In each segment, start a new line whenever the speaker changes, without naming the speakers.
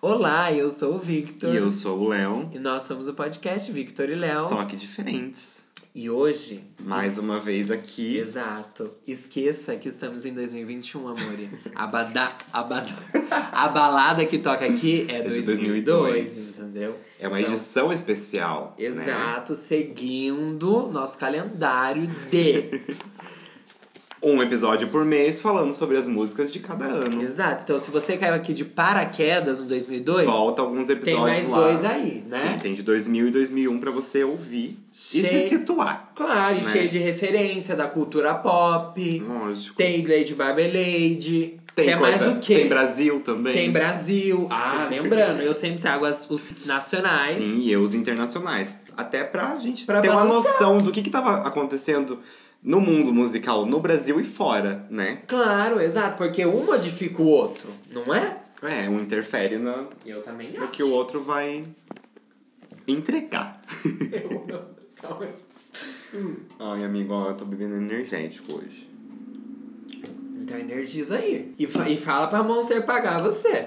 Olá, eu sou o Victor.
E eu sou o Léo,
E nós somos o podcast Victor e Léo.
só que diferentes.
E hoje.
Mais uma vez aqui.
Exato. Esqueça que estamos em 2021, amore. um, A, bada... A, bada... a balada que toca aqui é
de
2002,
2002.
entendeu?
É uma
Então,
edição especial. Né?
Exato, seguindo nosso calendário de.
Um episódio por mês falando sobre as músicas de cada ano.
Exato. Então, se você caiu aqui de paraquedas no 2002,
Volta alguns episódios
tem mais
lá.
dois aí, né?
Sim, tem de 2000 e 2001 pra você ouvir e se
Cheio-
situar.
Claro, e
Né?
cheio de referência da cultura pop.
Lógico.
Tem Lady Marmalade.
Tem
que é mais
coisa-
do que.
Tem Brasil também.
Tem Brasil. Ah, lembrando, eu sempre trago as- os nacionais.
Sim, e os internacionais. Até pra gente
Pra
ter uma
balançar.
noção do que, que tava acontecendo no mundo musical, no Brasil e fora, né?
Claro, exato, porque um modifica o outro, não é?
É, um interfere na,
Eu também
no É que o outro vai entregar. Ai, amigo, ó, eu tô bebendo energético hoje.
Então energiza aí. E, fa- e fala pra Monster pagar você.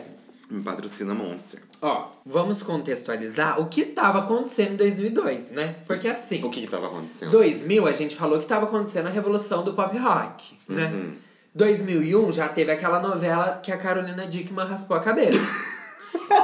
Me patrocina Monster.
Ó, vamos contextualizar o que tava acontecendo em 2002, né? Porque assim,
O que que tava acontecendo?
2000 a gente falou que tava acontecendo a revolução do pop rock, né?
Uhum.
2001 já teve aquela novela que a Carolina Dickman raspou a cabeça.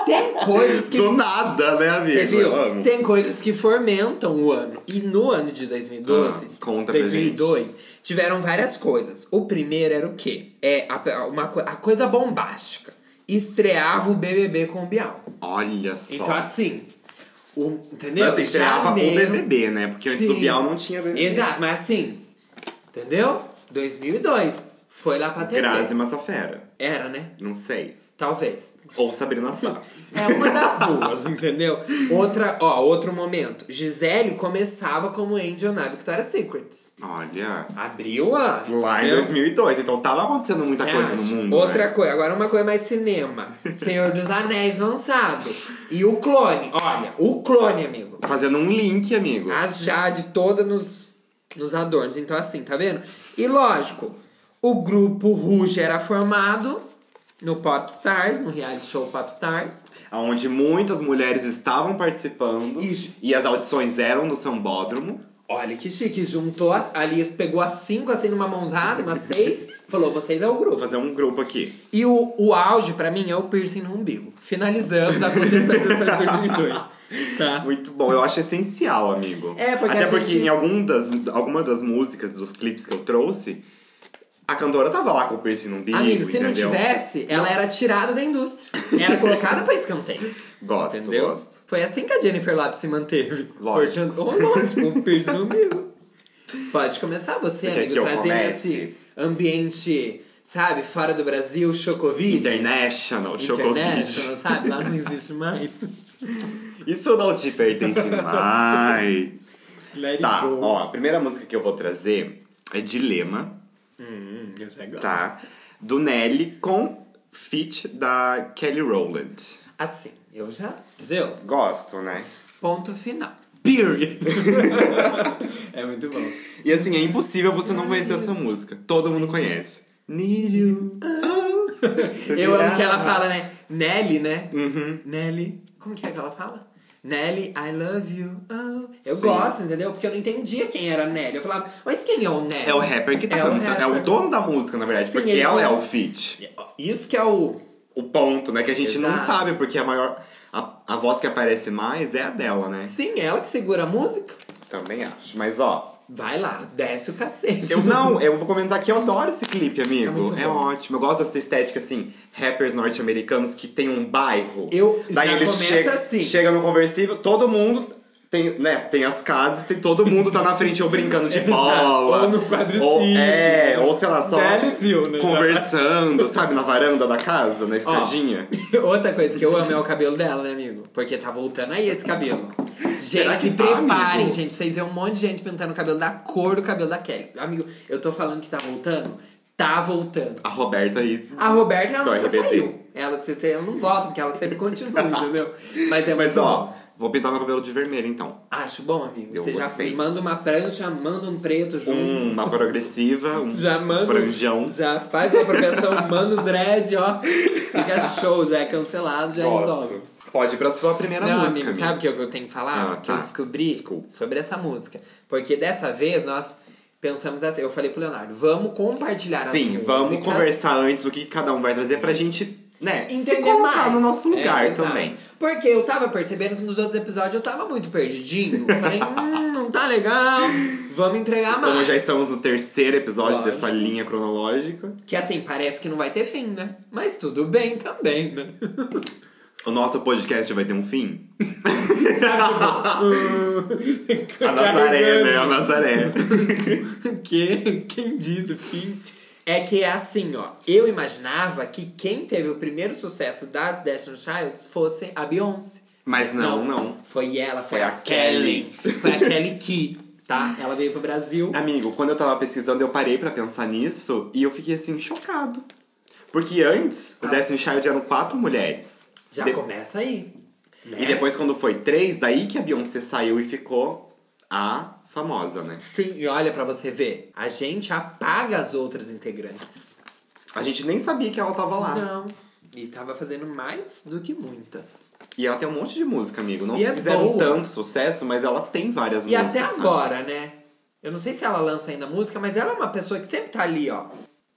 Tem coisas que.
Do nada, né, amigo?
Você viu?
Eu amo.
Tem coisas que fomentam o ano. E no ano de 2012,
Ah, conta pra
2002, tiveram várias coisas. O primeiro era o quê? É a, uma, co- a coisa bombástica. Estreava o BBB com o Bial.
Olha só.
Então, assim, o, entendeu?
Mas assim, estreava o
Janeiro-
BBB, né? Porque antes do
Sim.
Bial não tinha BBB.
Exato, mas assim, entendeu? 2002. Foi lá pra TV.
Grazi Massafera.
Era, né?
Não sei.
Talvez.
Ou Sabrina Sato.
É uma das duas, entendeu? Outra, ó, outro momento. Gisele começava como Angel na Victoria's Secrets.
Olha.
Abriu a.
Lá em
entendeu?
2002. Então tava acontecendo muita
Você
coisa
acha?
no mundo.
Outra
né?
coisa, agora uma coisa mais cinema. Senhor dos Anéis lançado. E o clone, olha, o clone, amigo.
Fazendo um link, amigo.
A Jade toda nos, nos adornos. Então, assim, tá vendo? E lógico, o grupo Rouge era formado no Popstars, no reality show Popstars.
Onde muitas mulheres estavam participando.
Isso.
E as audições eram no sambódromo.
Olha que chique, juntou as- ali, pegou as cinco assim numa mãozada, umas seis, falou, vocês é o
Vou
grupo.
fazer um grupo aqui.
E o, o auge, pra mim, é o piercing no umbigo. Finalizamos a competição de 2002. Tá?
Muito bom, eu acho essencial, amigo.
É, porque
Até
a
porque
gente-
em algum das, alguma das músicas, dos clipes que eu trouxe, a cantora tava lá com o piercing no umbigo,
Amigo, se não
entendeu?
tivesse, ela era tirada da indústria. Era colocada pra escanteio.
Gosto,
Entendeu?
gosto.
Foi assim que a Jennifer Lopez se manteve.
Lógico.
Cortando- Oh, lógico, o piercing no umbigo. Pode começar você,
Você quer
amigo,
que eu
trazendo
comece?
esse ambiente, sabe, fora do Brasil, Chocovid.
International,
International,
Chocovic.
sabe? Lá não existe mais.
Isso não te pertence mais.
Let
tá,
it go.
ó, a primeira música que eu vou trazer é Dilema,
Hum, eu sei agora.
tá? Do Nelly com feat da Kelly Rowland.
Assim, eu já. Entendeu?
Gosto, né?
Ponto final. Period. é muito bom.
E assim, é impossível você não conhecer essa música. Todo mundo conhece. Need you. oh.
Eu amo que ela fala, né? Nelly, né?
Uhum.
Nelly. Como que é que ela fala? Nelly, I love you. Oh. Eu
Sim.
gosto, entendeu? Porque eu não entendia quem era a Nelly. Eu falava, mas quem é o Nelly?
É o rapper que tá
É o
cantando. É
rapper.
o dono da música, na verdade.
Sim,
porque
ele
ela
é
é
o-
o feat.
Isso que é o.
O ponto, né? Que a gente não
Exato.
sabe, porque a maior. A, a voz que aparece mais é a dela, né?
Sim, ela que segura a música.
Também acho. Mas ó.
Vai lá, desce o cacete.
Eu não, eu vou comentar que eu adoro esse clipe,
É
amigo.
muito
É,
bom.
ótimo. Eu gosto dessa estética, assim, rappers norte-americanos que tem um bairro.
Eu
Daí
já
eles
começa
chegam,
assim.
chega no conversível, todo mundo tem, né, tem as casas, tem todo mundo tá na frente ou brincando de
Exato.
bola.
Ou no quadriciclo.
Ou, é, ou sei lá, só
Belle View, né?
conversando, sabe, na varanda da casa, na escadinha.
Outra coisa que eu amo é o cabelo dela, né, amigo? Porque tá voltando aí esse cabelo.
Será
Gente,
que
se
tá,
preparem,
amigo?
gente. pra Vocês verem um monte de gente pintando o cabelo da cor do cabelo da Kelly. Amigo, eu tô falando que tá voltando? Tá voltando.
A Roberta aí.
A Roberta, ela
Do
nunca
RBD.
saiu. Ela, você- você- ela não volta, porque ela sempre continua, entendeu? Mas é muito
Mas ó,
bom.
vou pintar meu cabelo de vermelho então.
Acho bom, amigo.
Eu
você já
gostei.
manda uma prancha, manda um preto junto.
Um, uma progressiva, um
Já manda.
franjão.
Já faz uma progressão, manda o um dread, ó. Fica show, já é cancelado, já resolve.
Gosto. Pode ir pra sua primeira
Não,
música.
amigo,
amiga.
sabe o que eu- que eu tenho que falar?
Ah,
que
tá.
eu descobri
Desculpa.
sobre essa música. Porque dessa vez nós pensamos assim, eu falei pro Leonardo, vamos compartilhar as
Sim,
músicas. Então,
vamos conversar antes o que cada um vai trazer pra gente, né, se
Entender
colocar
mais.
no nosso lugar
É, exato.
também.
Porque eu tava percebendo que nos outros episódios eu tava muito perdidinho. Eu Falei, hum, não tá legal, vamos entregar
Como
mais.
Então, já estamos no terceiro episódio
Lógico.
dessa linha cronológica,
Que assim, parece que não vai ter fim, né? Mas tudo bem também, né?
o nosso podcast vai ter um fim.
tipo,
A
A
Nazaré, né? A Nazaré.
que quem diz do fim é que é assim, ó. Eu imaginava que quem teve o primeiro sucesso das Destiny Childs fosse a Beyoncé.
Mas não, não.
Foi ela, foi,
Foi
a,
a
Kelly.
Kelly.
Foi a Kelly Key, tá? Ela veio pro Brasil.
Amigo, quando eu tava pesquisando, eu parei pra pensar nisso e eu fiquei assim, chocado. Porque antes, o
Ah.
Destiny Child eram quatro mulheres.
Já
De-
começa aí. né?
E depois, quando foi três, daí que a Beyoncé saiu e ficou a famosa, né?
Sim, e olha pra você ver. A gente apaga as outras integrantes.
A gente nem sabia que ela tava lá.
Não. E tava fazendo mais do que muitas.
E ela tem um monte de música, amigo. Não
E é
fizeram
boa.
tanto sucesso, mas ela tem várias
E
músicas.
até
sabe?
agora, né? Eu não sei se ela lança ainda música, mas ela é uma pessoa que sempre tá ali, ó.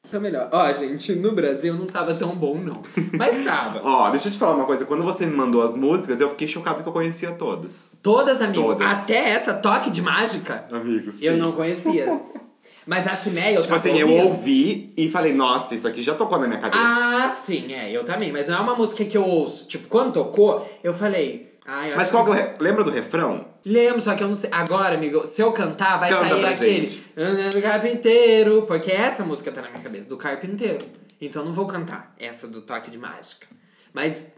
Então melhor. Ó, gente, no Brasil não tava tão bom, não. Mas tava.
Ó, deixa eu te falar uma coisa. Quando você me mandou as músicas, eu fiquei chocado que eu conhecia todas.
Todas, amigo.
Todas.
Até essa toque de mágica,
Amigos.
eu não conhecia. Mas a Cimeia eu
Tipo
tava
assim, eu
ouvindo.
ouvi e falei, nossa, isso aqui já tocou na minha cabeça.
Ah, sim, é, eu também. Mas não é uma música que eu ouço. Tipo, quando tocou, eu falei... Ai, eu
Mas
acho
qual
que...
que é o re... Lembra do refrão?
Lembro, só que eu não sei. Agora, amigo, se eu cantar, vai
Canta
sair
pra
aquele.
gente.
Do carpinteiro. Porque essa música tá na minha cabeça, do carpinteiro. Então eu não vou cantar essa do toque de mágica. Mas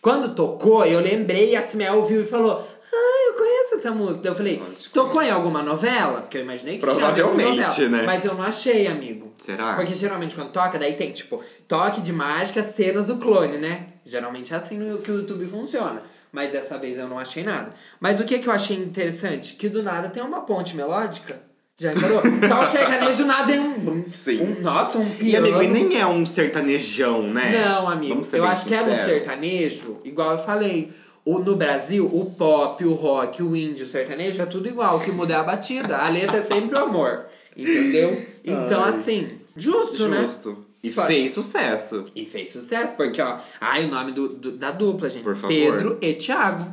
quando tocou, eu lembrei e a Simel ouviu e falou. Ah, eu conheço essa música. Daí Eu falei,
Lógico.
tocou em alguma novela? Porque eu imaginei que tinha
Provavelmente,
alguma novela.
né?
Mas eu não achei, amigo.
Será?
Porque geralmente quando toca, daí tem, tipo, toque de mágica, cenas do clone, né? Geralmente é assim no- que o YouTube funciona. Mas dessa vez eu não achei nada. Mas o que, que eu achei interessante? Que do nada tem uma ponte melódica. Já reparou? Toque sertanejo do nada é um, um-
Sim.
um- Nossa, um
E,
piano.
amigo, e nem é um sertanejão, né?
Não, amigo.
Vamos ser
Eu
bem
acho que era um
sinceros.
sertanejo, igual eu falei. O, no Brasil, o pop, o rock, o indie, o sertanejo é tudo igual. O que muda é a batida. A letra é sempre o amor. Entendeu? Então,
Ai.
assim, justo, né?
Justo. E
Fa-
fez sucesso.
E fez sucesso, porque, ó. Ai, o nome do, do- da dupla, gente.
Por favor.
Pedro e Thiago.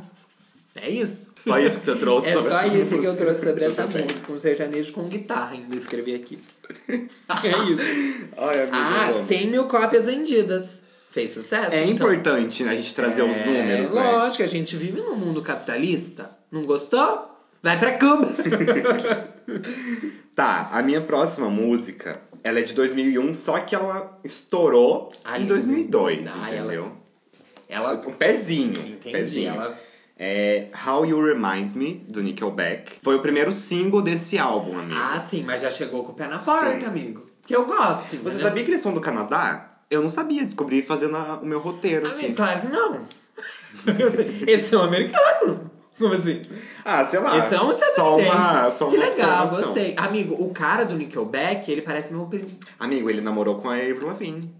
É isso.
Só isso que você trouxe
É
sobre
só
essa
isso que
música.
eu trouxe sobre essa
Tudo bem.
música. Um sertanejo com guitarra ainda escrevi aqui. É isso.
Ai, amigo,
Ah,
eu amo.
100 mil cópias vendidas. Fez sucesso.
É
então.
importante né, a gente trazer os
É,
números, né?
Lógico, a gente vive num mundo capitalista. Não gostou? Vai pra Cuba.
Tá, a minha próxima música, ela é de 2001, só que ela estourou
Ah,
em 2002,
ah, ela-
entendeu?
Ela.
Um pezinho.
Entendi.
pezinho.
Ela.
É How You Remind Me, do Nickelback. Foi o primeiro single desse álbum, amigo.
Ah, sim, mas já chegou com o pé na porta,
Sim.
amigo. Que eu gosto.
Você
entendeu?
sabia que eles são do Canadá? Eu não sabia, descobri fazendo a- o meu roteiro
Amigo,
aqui.
claro que não. Esse é um americano. Como assim?
Ah, sei lá.
Esse é um
só
estadunidense.
uma, só
Que
uma
legal,
observação.
gostei. Amigo, o cara do Nickelback, ele parece meu primo.
Amigo, ele namorou com a Avril Lavigne.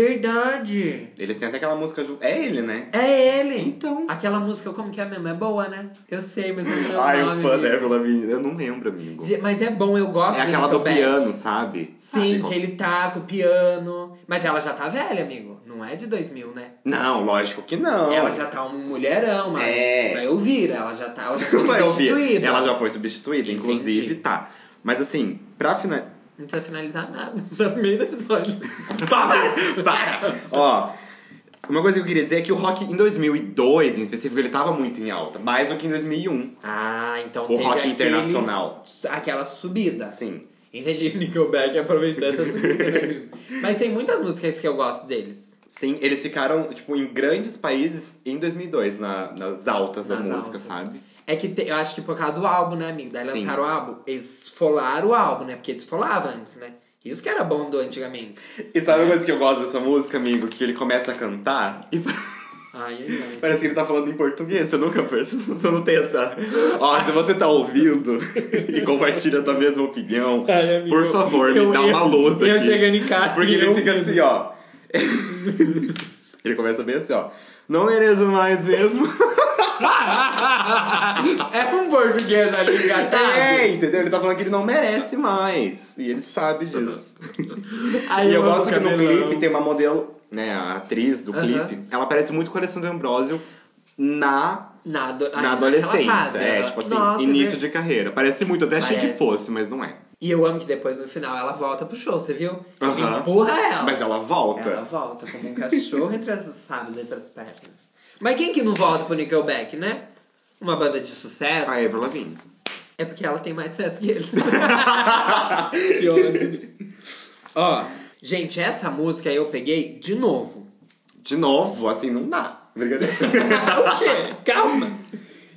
Verdade.
Eles têm até aquela música... ju- É ele, né?
É ele.
Então...
Aquela música, como que é mesmo? É boa, né? Eu sei, mas eu não lembro
Ai,
o
o
nome.
fã da
dele.
Avril Lavigne. Eu não lembro, amigo.
De- Mas é bom, eu gosto
É aquela do
Nickelback.
piano, sabe? Sabe
Sim,
qual-
que ele tá com o piano. Mas ela já tá velha, amigo. Não é de 2000, né?
Não, lógico que não.
Ela já tá um mulherão, mas
É.
vai ouvir. Ela já tá ela já foi
Vai ouvir. É
substituída.
Ela já foi substituída,
Entendi.
inclusive, tá. Mas assim, pra final...
Não precisa finalizar nada. Tá no meio do episódio. Para!
Para! Ó, uma coisa que eu queria dizer é que o rock em 2002, em específico, ele tava muito em alta. Mais do que em 2001.
Ah, então
O
teve
rock
aquele-
internacional. Assim,
aquela subida.
Sim.
Entendi, Nickelback aproveitou essa subida, né, amigo? Mas tem muitas músicas que eu gosto deles.
Sim, eles ficaram, tipo, em grandes países em 2002, na- nas altas da
Nas
música,
altas.
sabe?
É que te- eu acho que por causa do álbum, né, amigo? Daí
Sim.
lançaram o álbum, eles folaram o álbum, né? Porque eles folavam antes, né? Isso que era bom do antigamente.
E sabe uma coisa que eu gosto dessa música, amigo? Que ele começa a cantar e
Ai, ai, ai.
parece que ele tá falando em português. Você nunca você não tem essa... Ó, se você tá ouvindo e compartilha da mesma opinião,
Ai, amigo,
por favor, me
eu-
dá
eu-
uma luz aqui.
eu chegando em casa
Porque
e
ele
eu
fica
ouvindo.
assim, ó. Ele começa bem assim, ó. Não mereço mais mesmo.
é um português ali engatado.
É, entendeu? Ele tá falando que ele não merece mais. E ele sabe disso.
Aí
e eu
amo
gosto
o
que no
cabelão.
clipe tem uma modelo, né? A atriz do
Aham.
clipe. Ela parece muito com a Alessandra Ambrosio na,
Na, ado- aí
na
naquela
adolescência.
fase,
é,
ela-
tipo assim,
Nossa,
início
né?
de carreira. Parece muito, até achei que
Parece.
fosse, mas não é.
E eu amo que depois no final ela volta pro show, você viu? Ele
Aham.
empurra ela.
Mas ela volta.
Ela volta como um cachorro entre os sábios, entre as pernas. Mas quem que não volta pro Nickelback, né? Uma banda de sucesso.
A Avril Lavigne.
É porque ela tem mais sucesso que eles. que ódio. Ó, gente, essa música eu peguei de novo.
De novo, assim, não dá. Brincadeira.
o quê? Calma!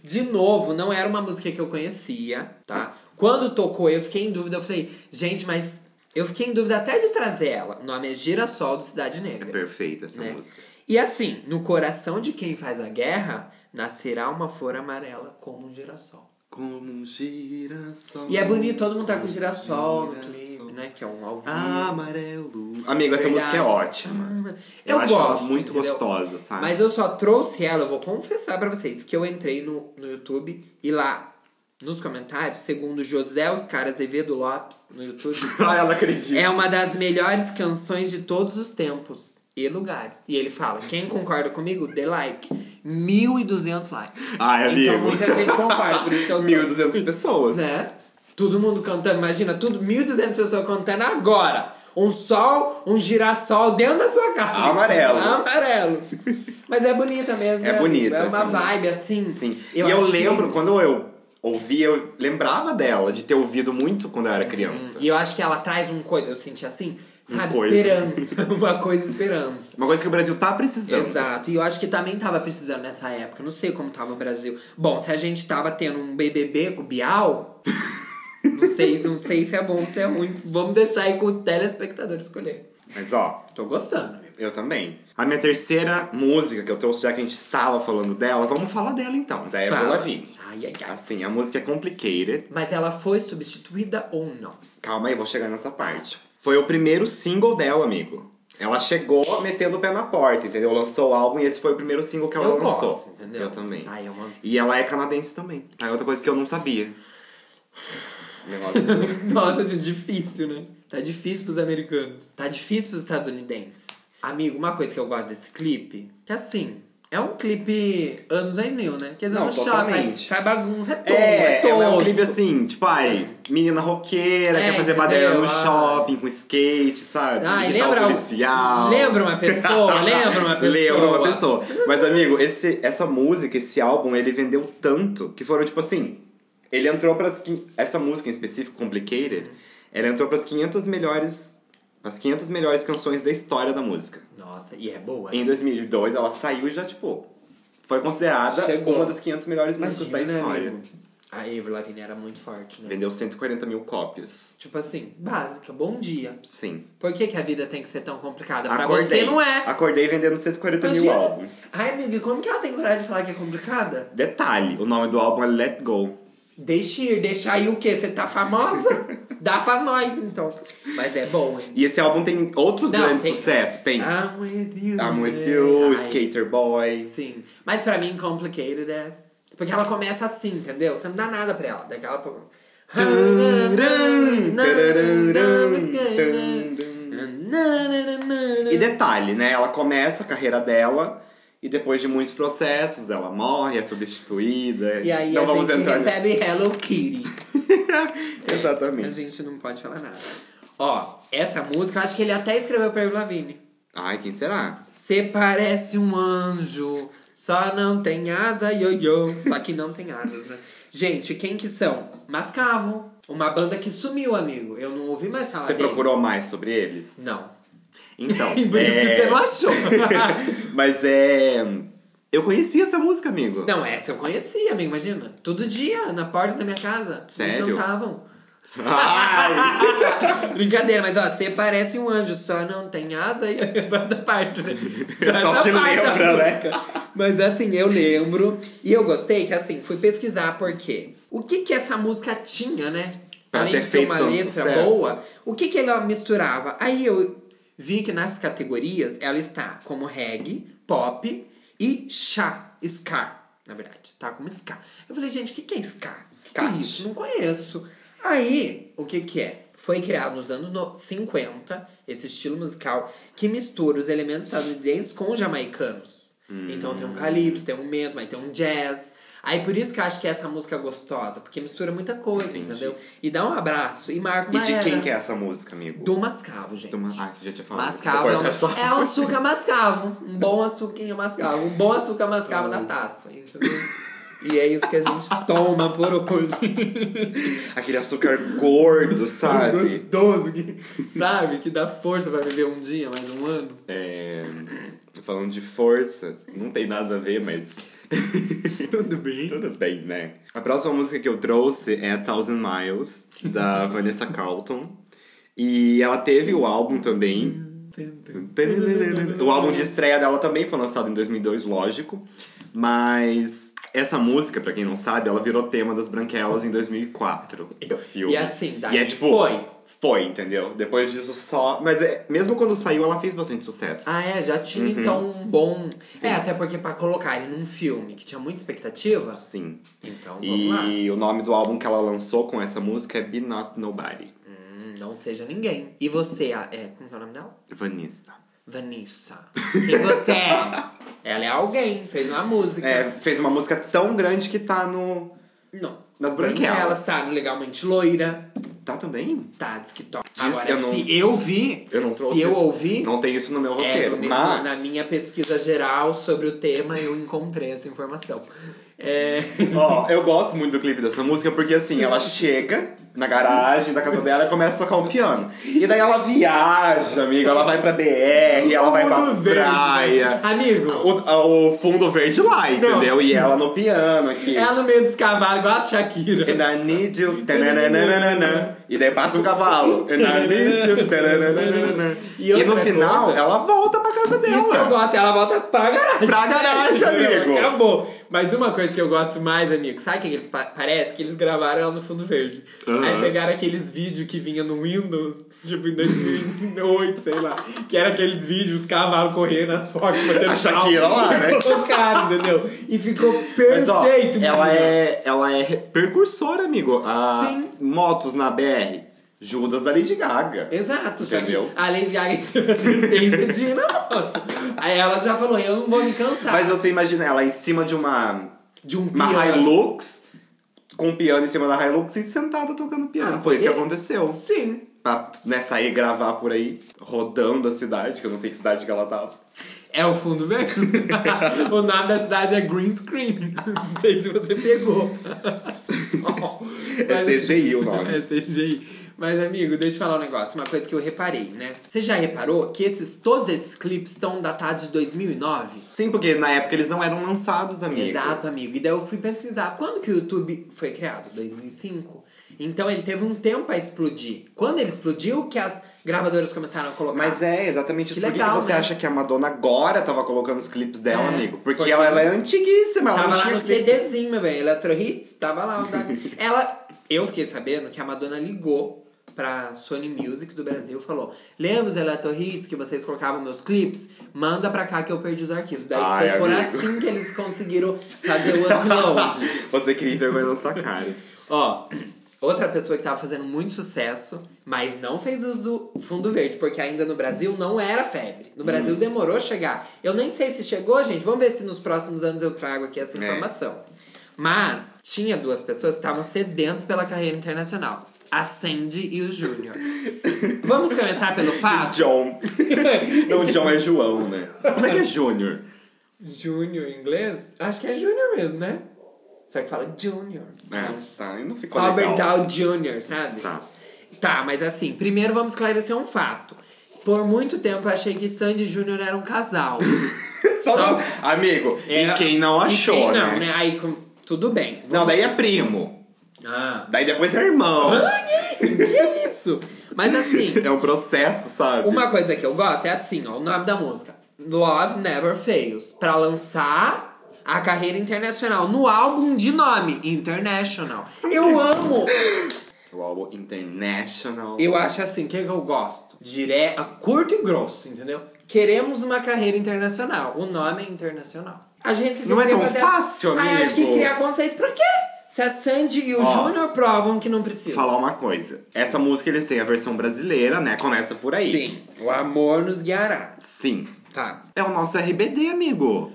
De novo, não era uma música que eu conhecia, tá? Quando tocou, eu fiquei em dúvida, eu falei, gente, mas eu fiquei em dúvida até de trazer ela. O nome é Girassol do Cidade
é
Negra.
perfeita essa
Né?
música.
E assim, no coração de quem faz a guerra, nascerá uma flor amarela como um girassol.
Como um girassol.
E é bonito, todo mundo tá com girassol no
Girassol.
clipe, né? Que é um ao vivo.
Amarelo. Hum. Ah, Amigo, essa
Verdade.
música é ótima.
Eu,
acho
gosto.
ela muito
entendeu?
gostosa, sabe?
Mas eu só trouxe ela, eu vou confessar pra vocês, que eu entrei no, no YouTube e lá, nos comentários, segundo José Oscar Azevedo Lopes, no YouTube,
Ah, ela acredita.
é uma das melhores canções de todos os tempos e lugares. E ele fala, quem concorda comigo, dê like. 1.200 likes.
Ai, Ah, é amigo.
Então muita gente concorda, por isso que eu trouxe.
1.200 pessoas.
Né? Todo mundo cantando, imagina, tudo, 1.200 pessoas cantando agora. Um sol, um girassol dentro da sua casa.
Amarelo.
Amarelo. Mas é bonita mesmo.
É
né, amigo?
bonita
É
essa
uma vibe assim.
Sim. e eu
acho
lembro,
que-
quando eu ouvi, eu lembrava dela, de ter ouvido muito quando eu
Uhum.
era criança.
E eu acho que ela traz uma coisa, eu senti assim,
Uma
sabe?
Um coisa.
Esperança. uma coisa esperança.
Uma coisa que o Brasil tá precisando.
Exato, e eu acho que também tava precisando nessa época, não sei como tava o Brasil. Bom, se a gente tava tendo um BBB com o Bial, não sei, não sei se é bom ou se é ruim. Vamos deixar aí com o telespectador escolher.
Mas ó,
Tô gostando, amigo.
Eu também. A minha terceira música que eu trouxe, já que a gente estava falando dela, vamos falar dela então, da Avril
Fala.
Lavigne.
Ai, ai, ai.
Assim, a música é Complicated.
Mas ela foi substituída ou não?
Calma aí, vou chegar nessa parte. Foi o primeiro single dela, amigo. Ela chegou metendo o pé na porta, entendeu? Lançou o álbum e esse foi o primeiro single que ela
eu
lançou.
gosto, entendeu?
Eu também.
Ai, é uma...
E ela é canadense também. Tá? É outra coisa que eu não sabia. Negócio.
Nossa, gente, difícil, né? Tá difícil pros americanos. Tá difícil pros estadunidenses. Amigo, uma coisa que eu gosto desse clipe, que assim, é um clipe anos 2000, né? Que eles
Não,
não choram,
totalmente.
faz bagunça, é todo, é,
É,
todo.
ela é um clipe assim, tipo, ai, menina roqueira,
É,
quer fazer baderna no
entendeu? Ah.
shopping, com skate, sabe?
Ai,
Imitar o
lembra um-
policial.
lembra uma pessoa, lembra uma pessoa.
ah, Lembra é uma pessoa. Mas, amigo, esse, essa música, esse álbum, ele vendeu tanto que foram, tipo assim, ele entrou pras... quin- Essa música em específico, Complicated, ela entrou pras 500 melhores... As 500 melhores canções da história da música.
Nossa, e é boa.
Em 2002, ela saiu e já, tipo... Foi considerada
Chegou.
uma das 500 melhores músicas
Imagina, né,
da história.
amigo. A Avril Lavigne era muito forte, né?
Vendeu 140 mil cópias.
Tipo assim, básica, bom dia.
Sim.
Por que, que a vida tem que ser tão complicada? Pra
Acordei.
você não é.
Acordei vendendo 140 mil
Imagina.
álbuns.
Ai, amigo, e como que ela tem coragem de falar que é complicada?
Detalhe, o nome do álbum é Let Go.
Deixa ir, deixa aí o quê? Você tá famosa? Dá pra nós, então. Mas é bom, hein?
E esse álbum tem outros
Não,
grandes
tem-
sucessos. Tem
I'm with you.
I'm With
yeah.
You,
é Ai,
Skater Boy.
Sim. Mas pra mim, complicated é. Porque ela começa assim, entendeu? Você não dá nada pra ela. Daquela pouco.
Tum, tararam, tum, tum. E detalhe, né? Ela começa a carreira dela e depois de muitos processos, ela morre, é substituída.
E aí
não
a
vamos
gente
entrar
recebe Hello Kitty.
nisso.
É,
Exatamente.
A gente não pode falar nada. Ó, essa música eu acho que ele até escreveu pra Avril Lavigne.
Ai, quem será?
Você parece um anjo, só não tem asa, ioiô. Só que não tem asas, né? Gente, quem que são? Mascavo. Uma banda que sumiu, amigo. Eu não ouvi mais falar
Você
deles.
procurou mais sobre eles?
Não.
Então,
Por isso que
é...
você não achou.
Mas é. Eu conheci essa música, amigo.
não, essa eu conhecia, amigo, imagina. Todo dia, na porta da minha casa.
Sério?
Eles jantavam.
Ai,
Brincadeira, mas ó, você parece um anjo, só não tem asa e só essa parte, né?
É só o que lembra, né?
música. tá? Mas assim, eu lembro. E eu gostei que assim, fui pesquisar por quê. O que que essa música tinha, né?
Pra ter
de
feito
uma
tanto
letra
sucesso.
boa, o que que ela misturava? Aí eu vi que nas categorias ela está como reggae, pop e chá, ska, na verdade, tá como ska. Eu falei, gente, o que, que é ska?
Ska.
Que que é isso? Não conheço. Aí, o que que é? Foi criado nos anos no- 50 esse estilo musical que mistura os elementos estadunidenses com os jamaicanos. Então
Hum.
tem um calypso, tem um mento, mas tem um jazz. Aí por isso que eu acho que é essa música gostosa, porque mistura muita coisa,
Entendi.
entendeu? E dá um abraço e marca
E
uma
de quem
era.
que é essa música, amigo?
Do Mascavo, gente.
Do Ma- Ah, você já tinha falado.
Mascavo é
Vou
um,
cortar essa
é um açúcar mascavo. Um bom açuquinho mascavo. Um bom açúcar mascavo na taça. entendeu? E é isso que a gente toma por hoje.
Aquele açúcar gordo, sabe?
Gostoso, que, sabe? Que dá força pra viver um dia, mais um ano.
É, Falando de força, não tem nada a ver, mas.
Tudo bem.
Tudo bem, né? A próxima música que eu trouxe é Thousand Miles, da Vanessa Carlton. E ela teve o álbum também, O álbum de estreia dela também foi lançado em 2002, lógico. Mas essa música, pra quem não sabe, ela virou tema das Branquelas em 2004. do filme.
E assim, daí
E é tipo,
foi.
Foi, entendeu? Depois disso só... Mas é- mesmo quando saiu, ela fez bastante sucesso.
Ah, é, já tinha
Uhum.
então um bom.
Sim.
É, até porque pra colocarem num filme que tinha muita expectativa.
Ah, Sim.
Então vamos lá.
E o nome do álbum que ela lançou com essa música é Be Not Nobody.
Hum, não seja ninguém. E você, a- é, como que é o nome dela?
Vanessa.
Vanessa. Quem você é? Ela é alguém, fez uma música.
É, fez uma música tão grande que tá no...
Não.
Nas
Ela
Branquelas.
tá no Legalmente Loira,
Tá também?
tá diz que toca.
Diz
Agora,
que eu não-
se eu vi,
Eu não trouxe
se eu
isso.
ouvi,
Não tem isso no meu
é,
roteiro,
no meu-
mas...
na minha pesquisa geral sobre o tema, eu encontrei essa informação. É...
Ó, eu gosto muito do clipe dessa música porque assim, ela chega na garagem da casa dela e começa a tocar um piano. E daí ela viaja, amigo, ela vai pra BR, ela vai pra
Mundo verde.
praia.
Amigo,
O, o fundo verde lá, entendeu? E ela no piano aqui.
ela no meio dos cavalos, igual a
And
Shakira.
I need you, tananana, e daí passa um cavalo. And I need you, tananana.
E
E,
outra
no final,
coisa-
ela volta pra casa dela.
Isso é eu gosto, ela volta pra garagem.
Pra garagem, amigo.
Acabou. Mas uma coisa que eu gosto mais, amigo, sabe o que eles pa parece? Que eles gravaram ela no fundo verde.
Aham.
Aí pegaram aqueles vídeos que vinha no Windows, tipo em 2008, sei lá. Que era aqueles vídeos, os cavalos correndo, as focas batendo
A Shakira
pau.
lá, né?
E colocaram, entendeu? E ficou
Mas, ó,
perfeito,
ela
menina.
é, ela é re- precursora, amigo. A
Sim.
Motos na BR. Judas da Lady Gaga.
Exato,
Entendeu?
só que a Lady Gaga teve a tristeza de ir na moto. Aí ela já falou, eu não vou me cansar.
Mas você imagina ela em cima de uma,
de um
uma
piano.
Hilux, com um piano em cima da Hilux e sentada tocando piano.
Ah,
Foi isso que
e-
aconteceu.
Sim.
Pra né, sair gravar por aí, rodando a cidade, que eu não sei que cidade que ela tava.
É o fundo verde. o nome da cidade é Green Screen. Não sei se você pegou.
É CGI o nome.
É CGI. Mas, amigo, deixa eu falar um negócio. Uma coisa que eu reparei, né? Você já reparou que esses, todos esses clipes estão datados de 2009?
Sim, porque na época eles não eram lançados, amigo.
Exato, amigo. E daí eu fui pesquisar. Quando que o YouTube foi criado? 2005? Então ele teve um tempo a explodir. Quando ele explodiu, que as gravadoras começaram a colocar.
Mas é exatamente
Que
isso. Por que, que
legal,
você
né?
acha que a Madonna agora tava colocando os clipes dela,
É,
amigo? Porque,
porque-
ela, ela é antiguíssima, ela
Tava
não
lá
tinha
no
clipe.
CDzinho, meu bem. Electro Hits, tava lá. o da- Ela, eu fiquei sabendo que a Madonna ligou pra Sony Music do Brasil e falou: Lembra os Electro Hits que vocês colocavam meus clipes? Manda pra cá que eu perdi os arquivos. Daí
Ai,
foi por
amigo.
assim que eles conseguiram fazer o upload.
Você queria vergonha na sua cara.
Ó, outra pessoa que tava fazendo muito sucesso, mas não fez uso do Fundo Verde, porque ainda no Brasil não era febre. No
Uhum.
Brasil demorou a chegar. Eu nem sei se chegou, gente. Vamos ver se nos próximos anos eu trago aqui essa
É.
informação. Mas tinha duas pessoas que estavam sedentas pela carreira internacional. A Sandy e o Júnior. Vamos começar pelo fato?
John. Não, John é João, né? Como é que é Júnior?
Júnior em inglês? Acho que é Júnior mesmo, né? Só que fala Júnior.
É, tá, e não ficou
Robert
legal.
Downey Jr., sabe?
Tá.
Tá, mas assim, primeiro vamos esclarecer um fato. Por muito tempo eu achei que Sandy e Júnior era um casal.
Só,
Só-
não- Amigo,
Era-
e quem não
E
achou,
quem
né?
não, né? Aí, com- tudo bem.
Não, daí é primo.
Ah.
Daí depois é irmão.
que que isso? Mas assim,
É um processo, sabe?
uma coisa que eu gosto é assim, ó, o nome da música. Love Never Fails. Pra lançar a carreira internacional no álbum de nome International. Eu amo!
o álbum International.
Eu acho assim, o que, que eu gosto? Dire... Curto e grosso, entendeu? Queremos uma carreira internacional. O nome é internacional. A gente
Não é tão
deveria fazer-
fácil, amigo.
Ah, eu acho que criar conceito. Pra quê? Se a Sandy e o
Ó.
Júnior provam que não precisa.
Falar uma coisa. Essa música eles têm a versão brasileira, né? Começa por aí.
Sim, o amor nos guiará.
Sim.
Tá.
É o nosso RBD, amigo.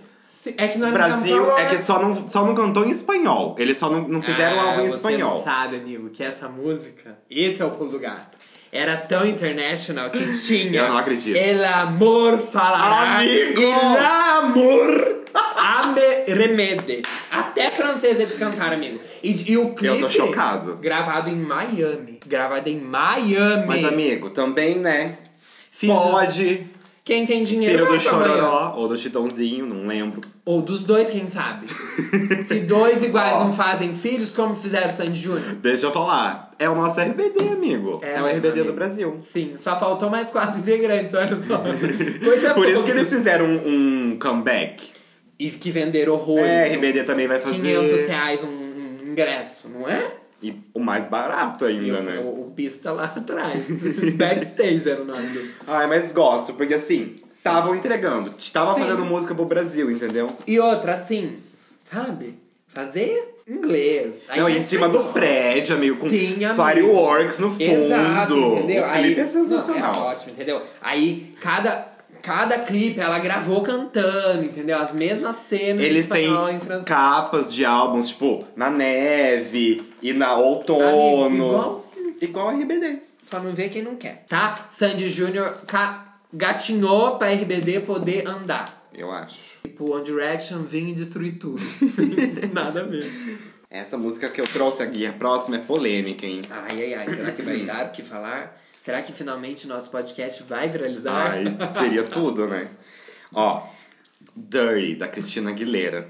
É que nós
O
não temos
Brasil
valor.
é que só não, só não cantou em espanhol. Eles só não, não fizeram
ah,
algo em
você
espanhol.
Não sabe, amigo, que essa música, esse é o pulo do gato. Era tão international que tinha.
Eu não acredito.
El amor falará.
Amigo!
El amor ame remede. Até francês eles cantaram, amigo. E, e o clipe.
Eu tô chocado.
Gravado em Miami. Gravado em Miami.
Mas, amigo, também, né?
Filho do-
Pode.
Quem tem dinheiro
Filho
vai
do
pra Miami.
Chororó ou do Chitãozinho, não lembro.
Ou dos dois, quem sabe? Se dois iguais
Ó.
não fazem filhos, como fizeram Sandy Júnior?
Deixa eu falar. É o nosso RBD, amigo.
É
É, o
mesmo,
RBD
amigo.
do Brasil.
Sim, só faltou mais quatro integrantes, olha só. Coisa
Por isso
pouca.
que eles fizeram um, um comeback.
E que venderam horrores.
É,
né?
RBD também vai fazer.
500 reais um, um ingresso, não é?
E o mais barato
E
ainda,
o,
né?
o, o pista lá atrás. Backstage era o nome do...
Ai, mas gosto, porque assim, estavam entregando. Estavam
Sim.
fazendo música pro Brasil, entendeu?
E outra, assim, sabe? Fazer inglês. Aí
Não, e em
vai
cima
ser
do
bom.
prédio, amigo, com
Sim, amigo.
fireworks no fundo.
Exato, entendeu?
O clipe
Aí-
é
Não, é
sensacional.
ótimo, entendeu? Aí cada, cada clipe ela gravou cantando, entendeu? As mesmas cenas
Eles
em espanhol,
têm
em francês.
capas de álbuns, tipo, na neve e na outono.
Amigo, igualzinho.
Igual RBD.
Só não vê quem não quer, tá? Sandy Júnior ca- gatinhou pra RBD poder andar.
Eu acho.
Tipo, One Direction vinha e destruir tudo. Nada mesmo.
Essa música que eu trouxe aqui, a próxima é polêmica, hein?
Ai, ai, ai, será que vai dar o que falar? Será que finalmente nosso podcast vai viralizar?
Ai, seria tudo, né? Ó, Dirty, da Cristina Aguilera.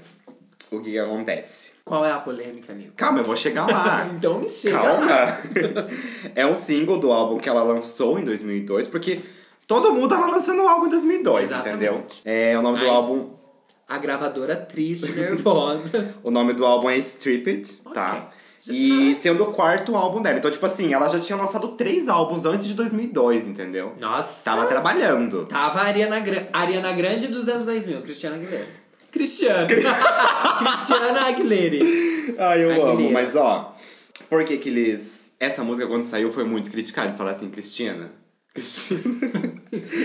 O que, que acontece?
Qual é a polêmica, amigo?
Calma, eu vou chegar lá.
então me chega. lá.
Ah, Calma! é um single do álbum que ela lançou em 2002, porque todo mundo tava lançando o álbum em 2002,
Exatamente.
entendeu? É, o nome do
Mas-
álbum,
A gravadora triste, nervosa.
o nome do álbum é Stripped,
Ok.
tá?
Já-
E sendo o quarto álbum dela. Então, tipo assim, ela já tinha lançado três álbuns antes de 2002, entendeu?
Nossa.
Tava trabalhando.
Tava a Ariana, Gra Ariana Grande dos anos 2000, Cristiana Aguilera. Cristiana. Cristiana Aguilera.
Ai, eu
Aguilera.
amo, mas ó, por que que eles. Essa música, quando saiu, foi muito criticada. Eles falaram assim, Cristina. Cristina.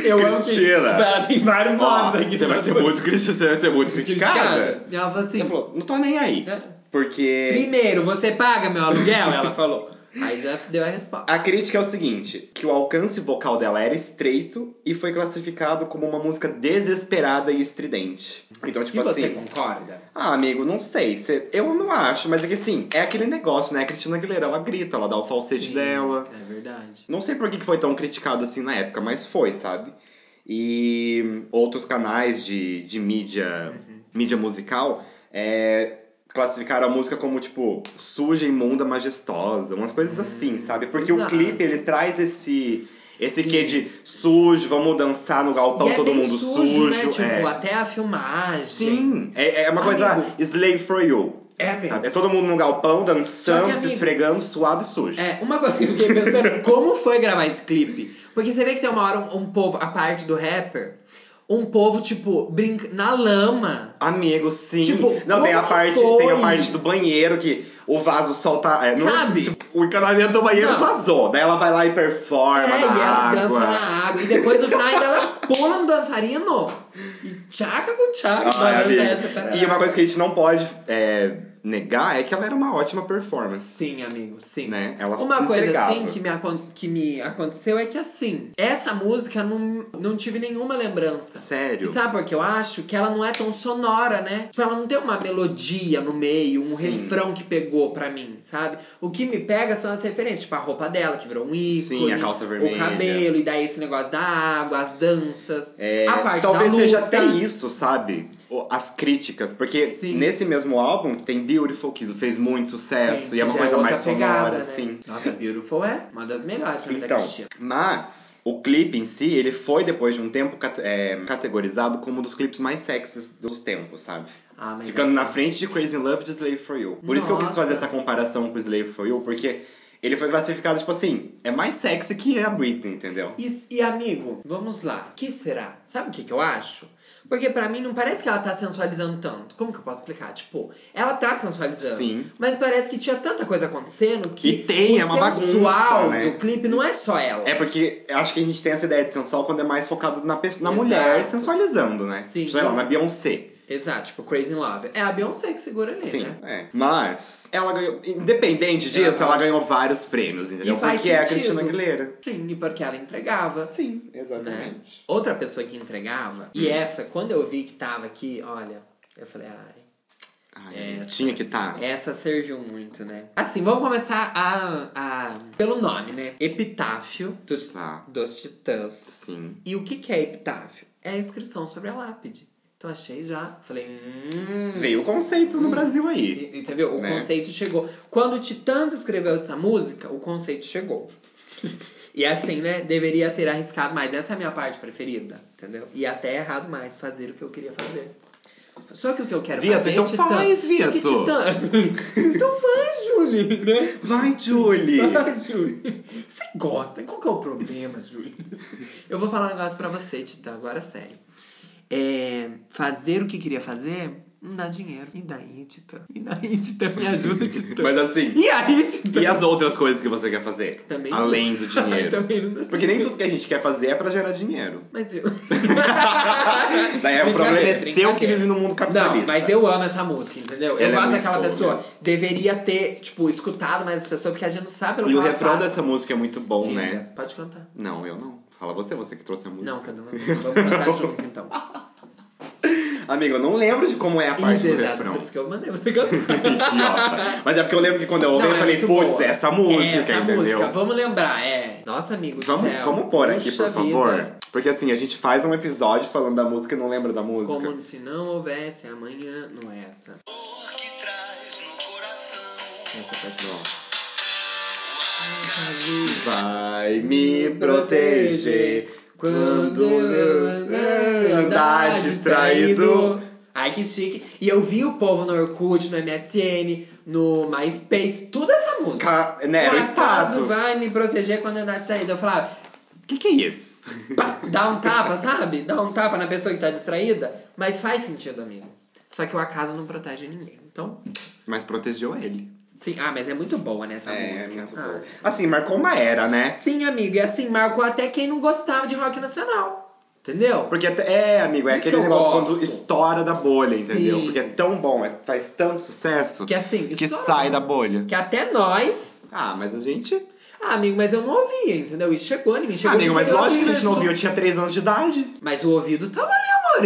Eu
Cristina.
amo que, tipo, ela tem vários
Ó,
nomes aqui.
você vai ser muito criticada, você vai ser muito criticada.
criticada. E ela falou assim...
Ela falou, não tô nem aí.
"É,
Porque
Primeiro, você paga meu aluguel? Ela falou. Aí já deu a resposta.
a crítica é o seguinte, que o alcance vocal dela era estreito e foi classificado como uma música desesperada e estridente. Então, tipo
e você
assim...
concorda?
Ah, amigo, não sei. cê- Eu não acho, mas é que assim, é aquele negócio, né? A Cristina Aguilera, ela grita, ela dá o falsete
Sim,
dela.
É verdade.
Não sei por que que foi tão criticado assim na época, mas foi, sabe? E outros canais de, de mídia,
Uhum.
mídia musical é, classificaram a música como, tipo, suja, imunda, majestosa, umas coisas assim, sabe? Porque
Hum, exato.
o clipe, ele traz esse, esse
Sim.
quê de sujo, vamos dançar no galpão,
E é
todo
bem
mundo sujo.
né? Tipo,
é.
até a filmagem.
Sim, é, é uma coisa
Amigo.
slave for you,
É mesmo.
sabe? É todo mundo no galpão, dançando,
Só que,
se
amigo,
esfregando, suado e sujo.
É, uma coisa que eu fiquei pensando, como foi gravar esse clipe? Porque você vê que tem uma hora um, um povo, a parte do rapper, um povo, tipo, brinca na lama.
Amigo, sim.
Tipo,
não, tem a
como
parte,
foi?
tem a parte do banheiro que o vaso solta, é, não-
Sabe?
tipo, o encanamento do banheiro
Não.
vazou. Daí ela vai lá e performa
É, e
na
ela
água.
dança na água. E depois no final ainda ela pula no dançarino. E tchaca com tchaca.
Ai,
balança
amigo.
essa parada.
E uma coisa que a gente não pode é, negar é que ela era uma ótima performance,
Sim, amigo, sim.
né? Ela
Uma coisa
entregava.
assim que me, acon- que me aconteceu é que assim, essa música não, não tive nenhuma lembrança. E
Sério.
sabe por que eu acho? Que ela não é tão sonora, né? Tipo, ela não tem uma melodia no meio, um
Sim.
refrão que pegou pra mim, sabe? O que me pega são as referências, tipo a roupa dela, que virou um ícone.
Sim, a calça
O
vermelha.
cabelo, e daí esse negócio da água, as danças.
É,
a parte
talvez
da luta.
seja até isso, sabe? O- As críticas, porque
Sim.
nesse mesmo álbum tem Beautiful, que fez muito sucesso e é uma
Já
coisa
outra
mais
pegada,
sonora, assim.
né?
sim.
Nossa, Beautiful é uma das melhores pra mim da
Então,
Cristina.
mas o clipe em si, ele foi depois de um tempo cate- é, categorizado como um dos clipes mais sexys dos tempos, sabe?
Ah, mas
Ficando na frente de Crazy in Love de Slave for You. Por isso que eu quis
Nossa.
fazer essa comparação com Slave for You, porque Ele foi classificado, tipo assim, é mais sexy que a Britney, entendeu?
E, e, amigo, vamos lá. O que será? Sabe o que, que eu acho? Porque pra mim não parece que ela tá sensualizando tanto. Como que eu posso explicar? Tipo, ela tá sensualizando.
Sim.
Mas parece que tinha tanta coisa acontecendo que.
E tem,
o
é uma bagunça,
sensual
né?
do clipe não é só ela.
É porque eu acho que a gente tem essa ideia de sensual quando é mais focado na, pessoa, na
Exato.
mulher sensualizando, né?
Sim.
Tipo, Sei lá, na Beyoncé.
Exato, tipo, Crazy in Love. É a Beyoncé que segura ali,
Sim,
né?
é. Mas ela ganhou, independente disso,
Ela-
ela ganhou vários prêmios, entendeu?
E faz
Porque é a
sentido. Ah,
Cristina Aguilera.
Sim, e porque ela entregava.
Sim,
Né? Outra pessoa que entregava,
Hum.
e essa, quando eu vi que tava aqui, olha, eu falei, ai, né?
Ai,
Essa.
tinha que tá. estar.
essa serviu muito, né? Assim, vamos começar a, a pelo nome, né? Epitáfio dos,
Tá.
dos Titãs.
Sim.
E o que, que é epitáfio? É a inscrição sobre a lápide. Então achei já, falei, hum.
Veio o conceito no Brasil aí.
E- e Você viu? O
Né?
conceito chegou. Quando o Titãs escreveu essa música, o conceito chegou. E assim, né? Deveria ter arriscado mais. Essa é a minha parte preferida, entendeu? E até errado mais fazer o que eu queria fazer. Só que o que eu quero
Vitor,
fazer
então
é Titãs.
faz, Vitor.
Que Titãs? então faz, Julie, né?
Vai, Julie!
Faz, Julie. Você gosta. Qual que é o problema, Julie? Eu vou falar um negócio pra você, Titã, agora sério. É, fazer o que queria fazer não dá dinheiro. E daí, Titã? E daí, Titã? Me ajuda, Titã.
Mas assim,
E aí, Titã?
e as outras coisas que você quer fazer?
Também não.
Além do dinheiro.
Também não dá.
Porque nem tudo que a gente quer fazer é pra gerar dinheiro.
Mas eu...
Daí o problema é
Brincadeira,
seu que
brincadeira.
vive no mundo
Não,
capitalista.
mas eu amo essa música, entendeu?
Ela é
eu gosto
muito
daquela
boa
pessoa.
mesmo.
Deveria ter, tipo, escutado mais as pessoas, porque a gente não sabe pelo
E
que
o
ela
refrão
passa.
dessa música é muito bom, né?
Linda. Pode cantar.
Não, eu não. Fala você, você que trouxe a música.
Não, canta, não. Vamos cantar junto, então.
Amigo, eu não lembro de como é a parte
Isso,
do
exato,
refrão. é um
Por isso que eu mandei você cantar.
Idiota. Mas é porque eu lembro que quando eu ouvi,
Não,
eu
é
falei,
muito
putz,
boa.
é essa música,
É essa
entendeu?
música, vamos lembrar, é. Nossa, amigo do
Vamos,
céu.
vamos pôr aqui,
Puxa
por favor.
vida.
Porque assim, a gente faz um episódio falando da música e não lembra da música.
Como se não houvesse amanhã, não é essa.
dor que traz no coração.
Essa tá
Ó.
aqui.
Vai me proteger quando eu andar distraído.
Ai, que chique. E eu vi o povo no Orkut, no MSN, no MySpace, toda essa música.
Ca... Né, era o
O acaso
status.
vai me proteger quando eu andar distraído. Eu falava,
O que, que é isso?
pá, dá um tapa, sabe? Dá um tapa na pessoa que tá distraída. Mas faz sentido, amigo. Só que o acaso não protege ninguém. Então,
Mas protegeu ele.
sim. Ah, mas é muito boa, né, essa
É,
música.
muito
Ah.
bom. Assim, marcou uma era, né?
Sim, amiga, e assim, marcou até quem não gostava de rock nacional. Entendeu?
Porque até- é, amigo, é
Isso
aquele
que eu
negócio
gosto.
quando estoura da bolha, entendeu?
Sim.
Porque é tão bom, é- faz tanto sucesso
Que assim,
que é
estoura.
sai da bolha.
Que até nós.
Ah, mas a gente.
Ah, amigo, mas eu não ouvia, entendeu? Isso chegou em mim. Chegou
Ah, amigo,
em mim
mas
pela
lógico que a gente
isso.
não ouviu, eu tinha 3 anos de idade.
Mas o ouvido tava ali,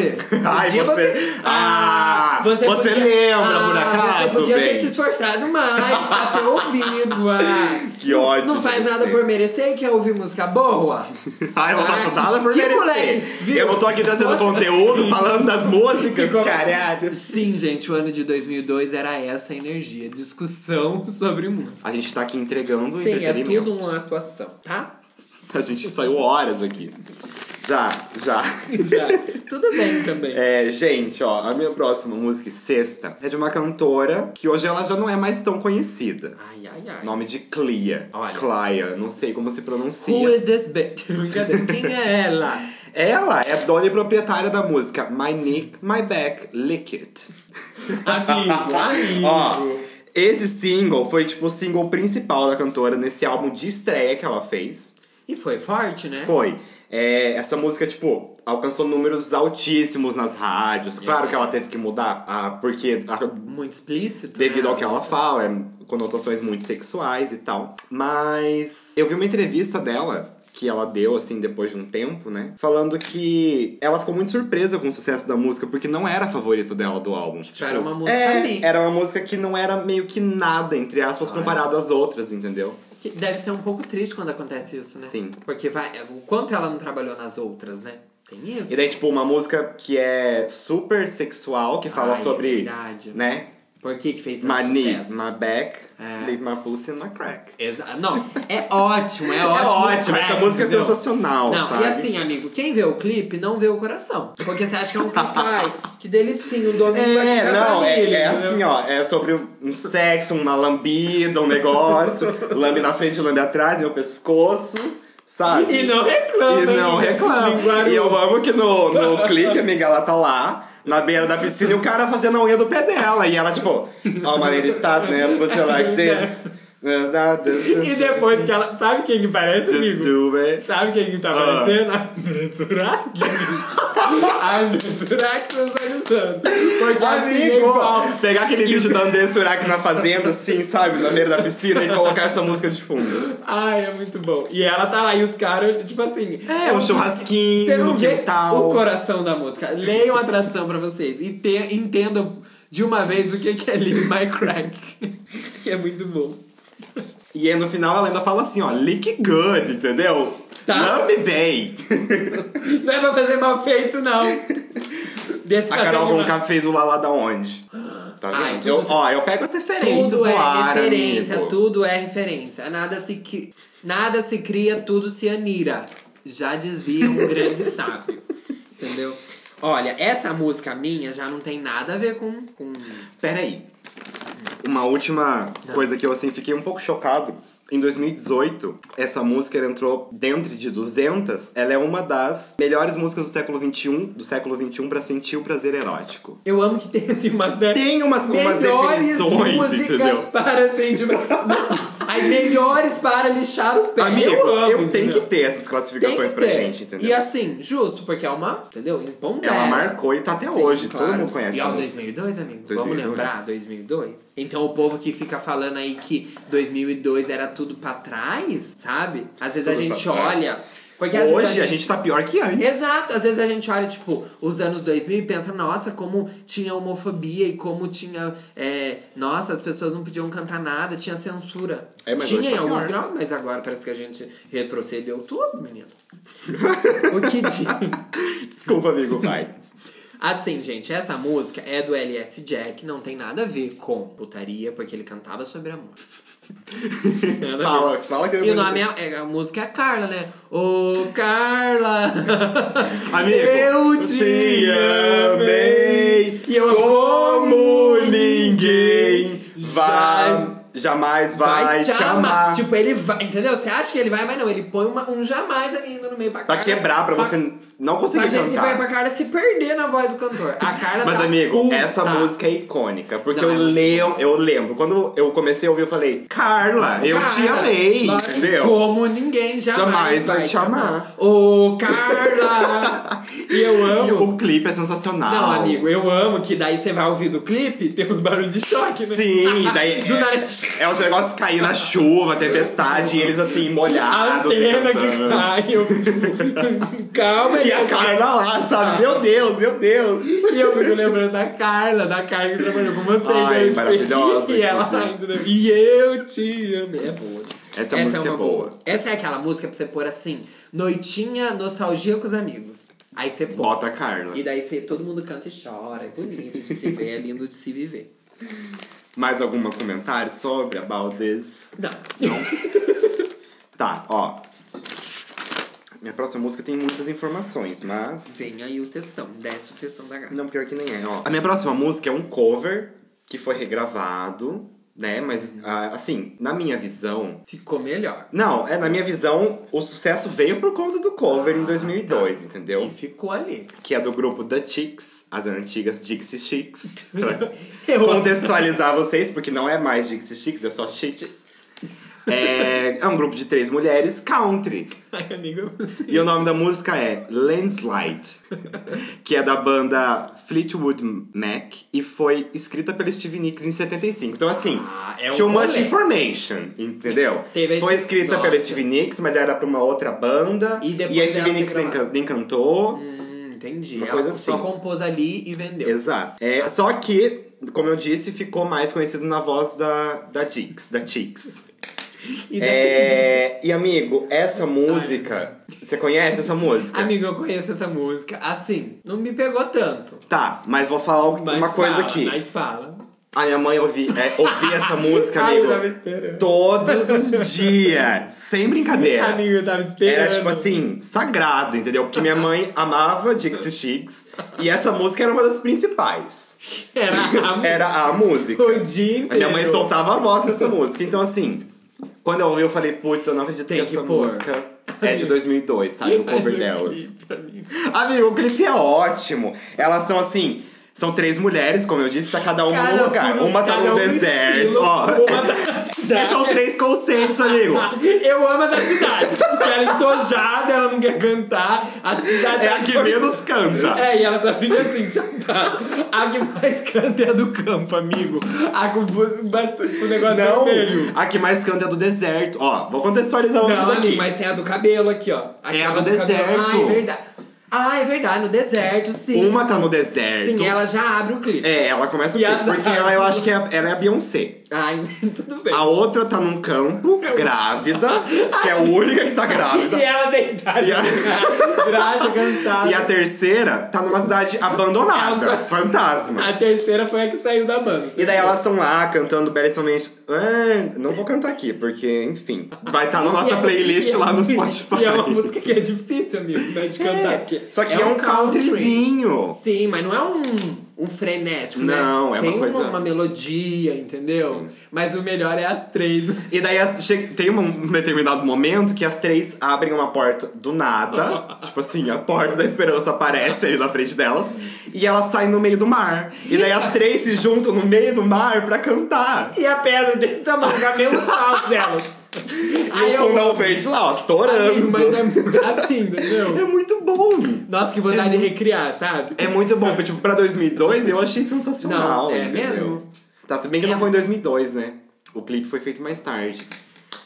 amor. Um
Ai,
Podia
você- Ah, você lembra, por acaso,
Ah, Você podia
bem?
ter se esforçado mais pra ter ouvido. Ah.
Que ódio.
Não faz
de
nada
você.
por merecer e quer ouvir música boa?
Ai, eu não
Ah,
faço nada por
que
merecer.
moleque, viu?
eu não tô aqui trazendo
Poxa.
conteúdo, falando das músicas,
Ficou-
caralho.
Sim, gente, o ano de 2002 era essa a energia. Discussão sobre música.
A gente tá aqui entregando
Sim, é
entretenimento.
tudo uma atuação, tá?
A gente saiu horas aqui. Já, já.
Já. tudo bem também.
É, gente, ó, a minha próxima música, sexta, é de uma cantora que hoje ela já não é mais tão conhecida.
Ai, ai, ai.
Nome de Clia.
Olha.
Clia, não sei como se
Who
pronuncia.
is this bitch? Brincadeira. Quem é ela?
Ela é dona e proprietária da música My Neck, My Back, Lick It.
Amigo, amigo.
Ó, esse single foi tipo o single principal da cantora nesse álbum de estreia que ela fez.
E foi forte, né?
Foi. É, essa música, tipo, alcançou números altíssimos nas rádios. Claro
É.
que ela teve que mudar, ah, porque a-
Muito explícito.
devido
né?
ao que ela fala, é conotações muito sexuais e tal. Mas eu vi uma entrevista dela que ela deu assim depois de um tempo, né? Falando que ela ficou muito surpresa com o sucesso da música porque não era a favorita dela do álbum. Tipo,
era uma música
é,
ali. Ah, é.
era uma música que não era meio que nada entre aspas
Olha.
comparado às outras, entendeu?
Que Deve ser um pouco triste quando acontece isso, né?
Sim.
Porque vai, o quanto ela não trabalhou nas outras, né? Tem isso?
E daí tipo uma música que é super sexual, que fala
Ai, é
sobre,
verdade.
né?
Por que que fez tanto
My knee,
sucesso?
my back,
É.
leave my pussy in my crack.
Exa- Não, é ótimo, é ótimo.
essa
crack,
música é
entendeu?
sensacional,
Não,
sabe?
e assim, amigo, quem vê o clipe não vê o coração. Porque você acha que é um clipe, ai, que delicinho, um domingo aqui
É,
com a
não, é,
família,
é
entendeu?
assim, assim, ó, é sobre um sexo, uma lambida, um negócio. lambe na frente, lambe atrás, meu pescoço, sabe?
E não reclama.
E não
amiga.
reclama.
Linguarudo.
E eu amo que no, no clipe, amiga, ela tá lá, na beira da piscina, e o cara fazendo a unha do pé dela. E ela, tipo, ó, maneira está, né? Você like this.
E depois que ela. Sabe quem que parece,
Just
amigo?
do it.
Sabe quem que tá
Ah.
parecendo? A André Surak. A André Surak sensualizando. Porque a filha é
Amigo,
igual.
pegar aquele vídeo da André Surak na fazenda, assim, sabe? Na beira da piscina e colocar essa música de fundo.
Ai, é muito bom. E ela tá lá e os caras, tipo assim.
É, um
Você
churrasquinho
não
no
vê o
quintal.
coração da música. Leiam a tradução pra vocês e te- entendam de uma vez o que que é Lick My Crack. que é muito bom.
E aí no final ela ainda fala assim, ó, lick good, entendeu?
Tá.
Lambe bem.
Não é pra fazer mal feito, não. Desse
A
fazer
Carol
mal.
Conká fez o Lalá da onde? Tá
Ai,
vendo?
tudo
Eu-
se-
ó, eu pego as referências
Tudo
do
é
ar,
referência,
amigo.
tudo é referência. Nada se, qui- nada se cria, tudo se anira. Já dizia um grande sábio. Entendeu? Olha, essa música minha já não tem nada a ver com. com...
Peraí. Uma última
Tá.
coisa que eu assim fiquei um pouco chocado. Em 2018, essa música ela entrou dentro de 200. Ela é uma das melhores músicas do século 21, do século 21 para sentir o prazer erótico.
Eu amo que tem assim umas dez-
Tem umas, umas
melhores
definições,
músicas
entendeu?
para assim, tipo, As melhores para lixar o pé.
Amigo,
eu amo,
eu tenho
entendeu?
que ter essas
Tem que
classificações pra
ter.
gente,
E
entendeu?
assim, justo, porque é uma, entendeu? Imponderável.
Ela marcou e tá até hoje, todo mundo conhece.
E
essa
ó,
música.
2002, amigo.
2002.
Vamos lembrar, 2002. Então o povo que fica falando aí que 2002 era tudo pra trás, sabe? Às vezes
Tudo
a gente
pra trás.
olha. Porque às vezes
Hoje a gente tá pior que antes.
Exato, às vezes a gente olha, tipo, os anos 2000 e pensa, nossa, como tinha homofobia e como tinha. é, nossa, as pessoas não podiam cantar nada, tinha censura.
É, mas
tinha
hoje
em
tá
alguns
pior.
graus, mas agora parece que a gente retrocedeu tudo, menino. o que tinha.
Desculpa, amigo, vai.
Assim, gente, essa música é do LS Jack, não tem nada a ver com putaria, porque ele cantava sobre amor. Nada a ver.
fala, fala que
E o
depois-
nome é, é- a música é Carla, né? Ô Carla!
Amigo,
eu te amei!
E eu como ninguém vai, jamais vai, te amar.
Tipo, ele vai, entendeu? Você acha que ele vai, mas não, ele põe uma- um jamais ali ainda no meio pra
pra
Carla.
quebrar, pra você não
Pra
conseguir
gente vai pra
cantar.
Carla se perder na voz do cantor. A Carla
Mas,
tá
amigo,
puta.
essa música é icônica. Porque
Não,
eu,
é muito
leu, eu lembro. Quando eu comecei a ouvir, eu falei, Carla, eu te
Carla,
amei.
mas
Entendeu?
Como ninguém jamais,
Jamais vai te amar.
Ô, Carla! e eu
E
amo.
o clipe é sensacional.
Não, amigo, eu amo que daí você vai ouvir do clipe, tem uns barulhos de choque, né?
Sim, e daí.
do
é-
nada.
É os negócios caindo na chuva, tempestade, e eles assim,
A
molhados.
antena que tá.
cantando.
cai, eu fico, tipo, calma
né? E a Carla lá, sabe? Meu Deus, meu Deus.
E eu fico lembrando da Carla, da Carla que trabalhou com você.
Ai,
né? Tipo,
maravilhosa,
E ela
inclusive.
saindo da... E eu te amo. É boa.
Essa música é
uma
boa.
Essa é aquela música pra você pôr assim, noitinha, nostalgia com os amigos. Aí você põe.
Bota a Carla.
E daí você, todo mundo canta e chora. É bonito de se ver, é lindo de se viver.
Mais algum comentário sobre About This?
Não.
Tá, ó. Minha próxima música tem muitas informações, mas.
Vem aí o textão. Desce o textão da gata.
Não, pior que nem é, ó. A minha próxima música é um cover que foi regravado, né? Mas, ah, assim, na minha visão,
Ficou melhor.
Não, é, na minha visão, o sucesso veio por conta do cover em 2002,
E
entendeu?
ficou ali.
Que é do grupo The Chicks, as antigas Dixie Chicks. Pra
Eu
contextualizar vocês, porque não é mais Dixie Chicks, é só Chicks. É, é um grupo de três mulheres country.
Ai, amigo.
E o nome da música é Landslide, que é da banda Fleetwood Mac e foi escrita pelo Steve Nicks em 75. Então, assim,
Ah, é um
Too Much
rolê.
Information, entendeu?
Teve esse-
Foi escrita
Nossa.
pelo Steve Nicks, mas era pra uma outra banda.
E depois
a
ela
Steve
foi
Nicks nem,
gravada.
can- nem cantou.
Hum, entendi.
Uma
Ela
coisa
só
assim.
compôs ali e vendeu.
Exato. É, só que, como eu disse, ficou mais conhecido na voz da, da Dix, da Chicks.
E
É, e, amigo, essa música. Você conhece essa música?
Amigo, eu conheço essa música. Assim, não me pegou tanto.
Tá, mas vou falar
Mas
uma coisa
fala,
aqui.
Mas fala.
A minha mãe ouvia, é, ouvia essa música,
Ai, Ah, eu tava
amigo,
esperando.
todos os dias. Sem brincadeira.
Amigo, eu tava esperando.
Era tipo assim, sagrado, entendeu? Porque minha mãe amava Dixie Chicks e essa música era uma das principais.
Era a música.
Era a música.
O dia
A
inteiro.
minha mãe soltava a voz nessa música. Então, assim, quando eu ouvi, eu falei, putz, eu não acredito
Tem
que
que
essa
pôr.
música é de 2002, sabe? O cover
Ai, meu
delas.
clipe, amigo.
Amigo, o clipe é ótimo. Elas são assim. São três mulheres, como eu disse, tá cada uma
Cara,
num lugar.
por um-
Uma tá
cada
num
um
deserto.
estilo,
ó. é
uma tá na cidade.
São três conceitos, amigo.
Eu amo essa cidade. Porque ela é estojada, ela não quer cantar. A cidade
É a que
por-
menos canta.
É, e ela só fica assim, chapada. A que mais canta é a do campo, amigo. A com, com o negócio é
Não,
vermelho.
a que mais canta é do deserto. Ó, vou contextualizar
Não,
vocês aqui.
amigo, mas tem a do cabelo aqui, ó.
É a
Aquela
do deserto.
cabelo. Ah, é verdade. Ah, é verdade, no deserto, sim.
Uma tá no deserto.
Sim, ela já abre o clipe.
É, ela começa o
E
clipe,
as-
porque ela, eu acho que é, a- ela é a Beyoncé.
Ai, tudo bem.
A outra tá num campo, grávida, que é a única que tá grávida.
E ela deitada,
E a-
grávida, cansada.
E a terceira tá numa cidade abandonada,
Ela-
fantasma.
A terceira foi a que saiu da banda.
E daí elas estão lá cantando belíssimamente. Ah, não vou cantar aqui, porque, enfim, vai estar na nossa
E é-
playlist
e é-
lá no
E
Spotify.
é uma música que é difícil, amigo, né, de cantar. porque
Só que é, um countryzinho.
Sim, mas não é um, um frenético, né?
Não, é uma
Tem
coisa-
uma melodia, entendeu?
Sim.
Mas o melhor é as três.
E daí as- che- tem um- um determinado momento que as três abrem uma porta do nada. tipo assim, a porta da esperança aparece ali na frente delas. E elas saem no meio do mar. E daí as três se juntam no meio do mar pra cantar.
E a pedra desse tamanho, cabe um salto delas.
E o fundão verde lá, ó, estourando.
Amigo, mas é muito assim,
É
entendeu?
muito bom.
Nossa, que vontade de recriar, sabe?
É muito bom. porque, Tipo, pra 2002 eu achei sensacional.
Não, é
entendeu?
mesmo? É.
Tá, se bem que não foi em 2002, né? O clipe foi feito mais tarde.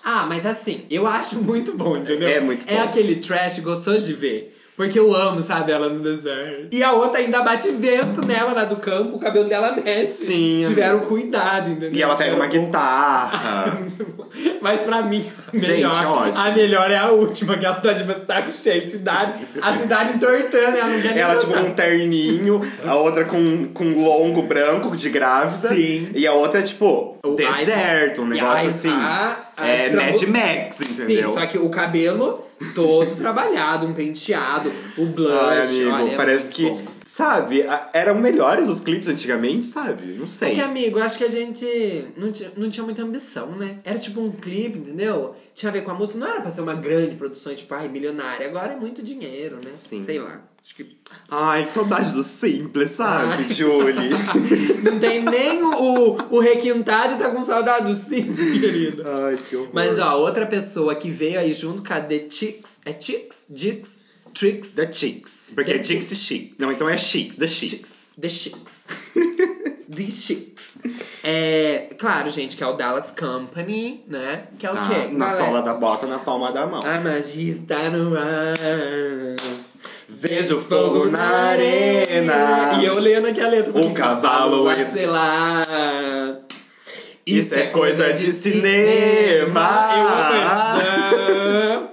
Ah, mas assim, eu acho muito bom, entendeu?
É muito
É
bom.
aquele trash gostoso de ver. Porque eu amo, sabe, ela no deserto. E a outra ainda bate vento nela, na do campo, o cabelo dela mexe.
Sim,
Tiveram
amigo.
cuidado, entendeu?
E ela pega uma
Tiveram
guitarra.
bom- Mas pra mim, a
Gente,
melhor,
é ótimo.
a melhor é a última, que ela tá de tipo, saco cheio, cidade, a cidade entortando, ela não quer nem
Ela, tipo,
cantar.
com um terninho, a outra com, com um longo branco de grávida.
Sim.
E a outra, tipo,
O
deserto, um
Ice-
negócio
Ice-
assim.
a- a
é
extra-
Mad Max, entendeu?
tá, Sim, só que o cabelo todo trabalhado, um penteado, o blush.
Ai, amigo,
olha, é
parece
muito
que.
bom.
Sabe, a- eram melhores os clipes antigamente, sabe? Não sei.
Porque, amigo, eu acho que a gente não tinha, não tinha muita ambição, né? Era tipo um clipe, entendeu? Tinha a ver com a música. Não era pra ser uma grande produção, tipo, ai, milionária. Agora é muito dinheiro, né?
Sim.
Sei lá. Acho que
Ai, que saudade do simples, sabe,
Ai.
Julie?
não tem nem o, o requintado e tá com saudade do simples, querido.
Ai, que horror.
Mas, ó, outra pessoa que veio aí junto com a The Chicks. É Chicks? Dix? Tricks?
The Chicks. Porque
The
é Chicks e Chic. Não, então é Chic, The Chic.
Chicks. The Chicks. The Chicks. É, claro, gente, que é o Dallas Company, né? Que é o quê?
Tá Na
Galera?
sola da bota, na palma da mão.
A magia está no ar.
Vejo fogo na arena.
E eu lendo aqui a letra.
Um cavalo
vai
é-
selar.
Isso é coisa de cinema.
Eu amo essa.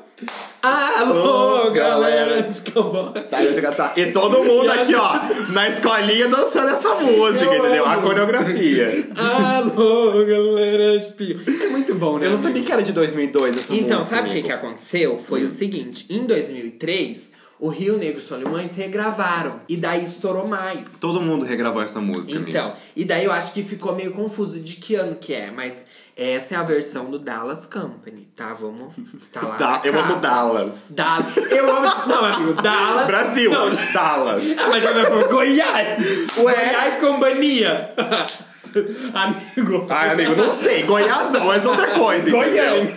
Alô,
Ô,
galera
galera
de cowboy.
Tá, deixa eu catar. E todo mundo aqui, ó, na escolinha dançando essa música,
Eu
entendeu? A
amo.
coreografia.
Alô, galera de pio. É muito bom, né?
Eu não
amigo?
sabia que era de 2002 essa música.
Então, sabe o que,
amigo. Hum.
que aconteceu? Foi o seguinte: em 2003, o Rio Negro e Solimões regravaram. E daí estourou mais.
Todo mundo regravou essa música, amigo.
é? Então, e daí eu acho que ficou meio confuso de que ano que é, mas essa é a versão do Dallas Company, tá? Vamos. Tá lá.
Da-
na
eu amo
capa.
Dallas.
Dallas. Eu amo. Não, amigo, Dallas.
Brasil,
Não,
Dallas.
ah, mas eu vou Goiás!
Ué?
Goiás Companhia! amigo.
Ai, amigo, não sei. Goiás não, mas outra coisa, entendeu?
Goiânia!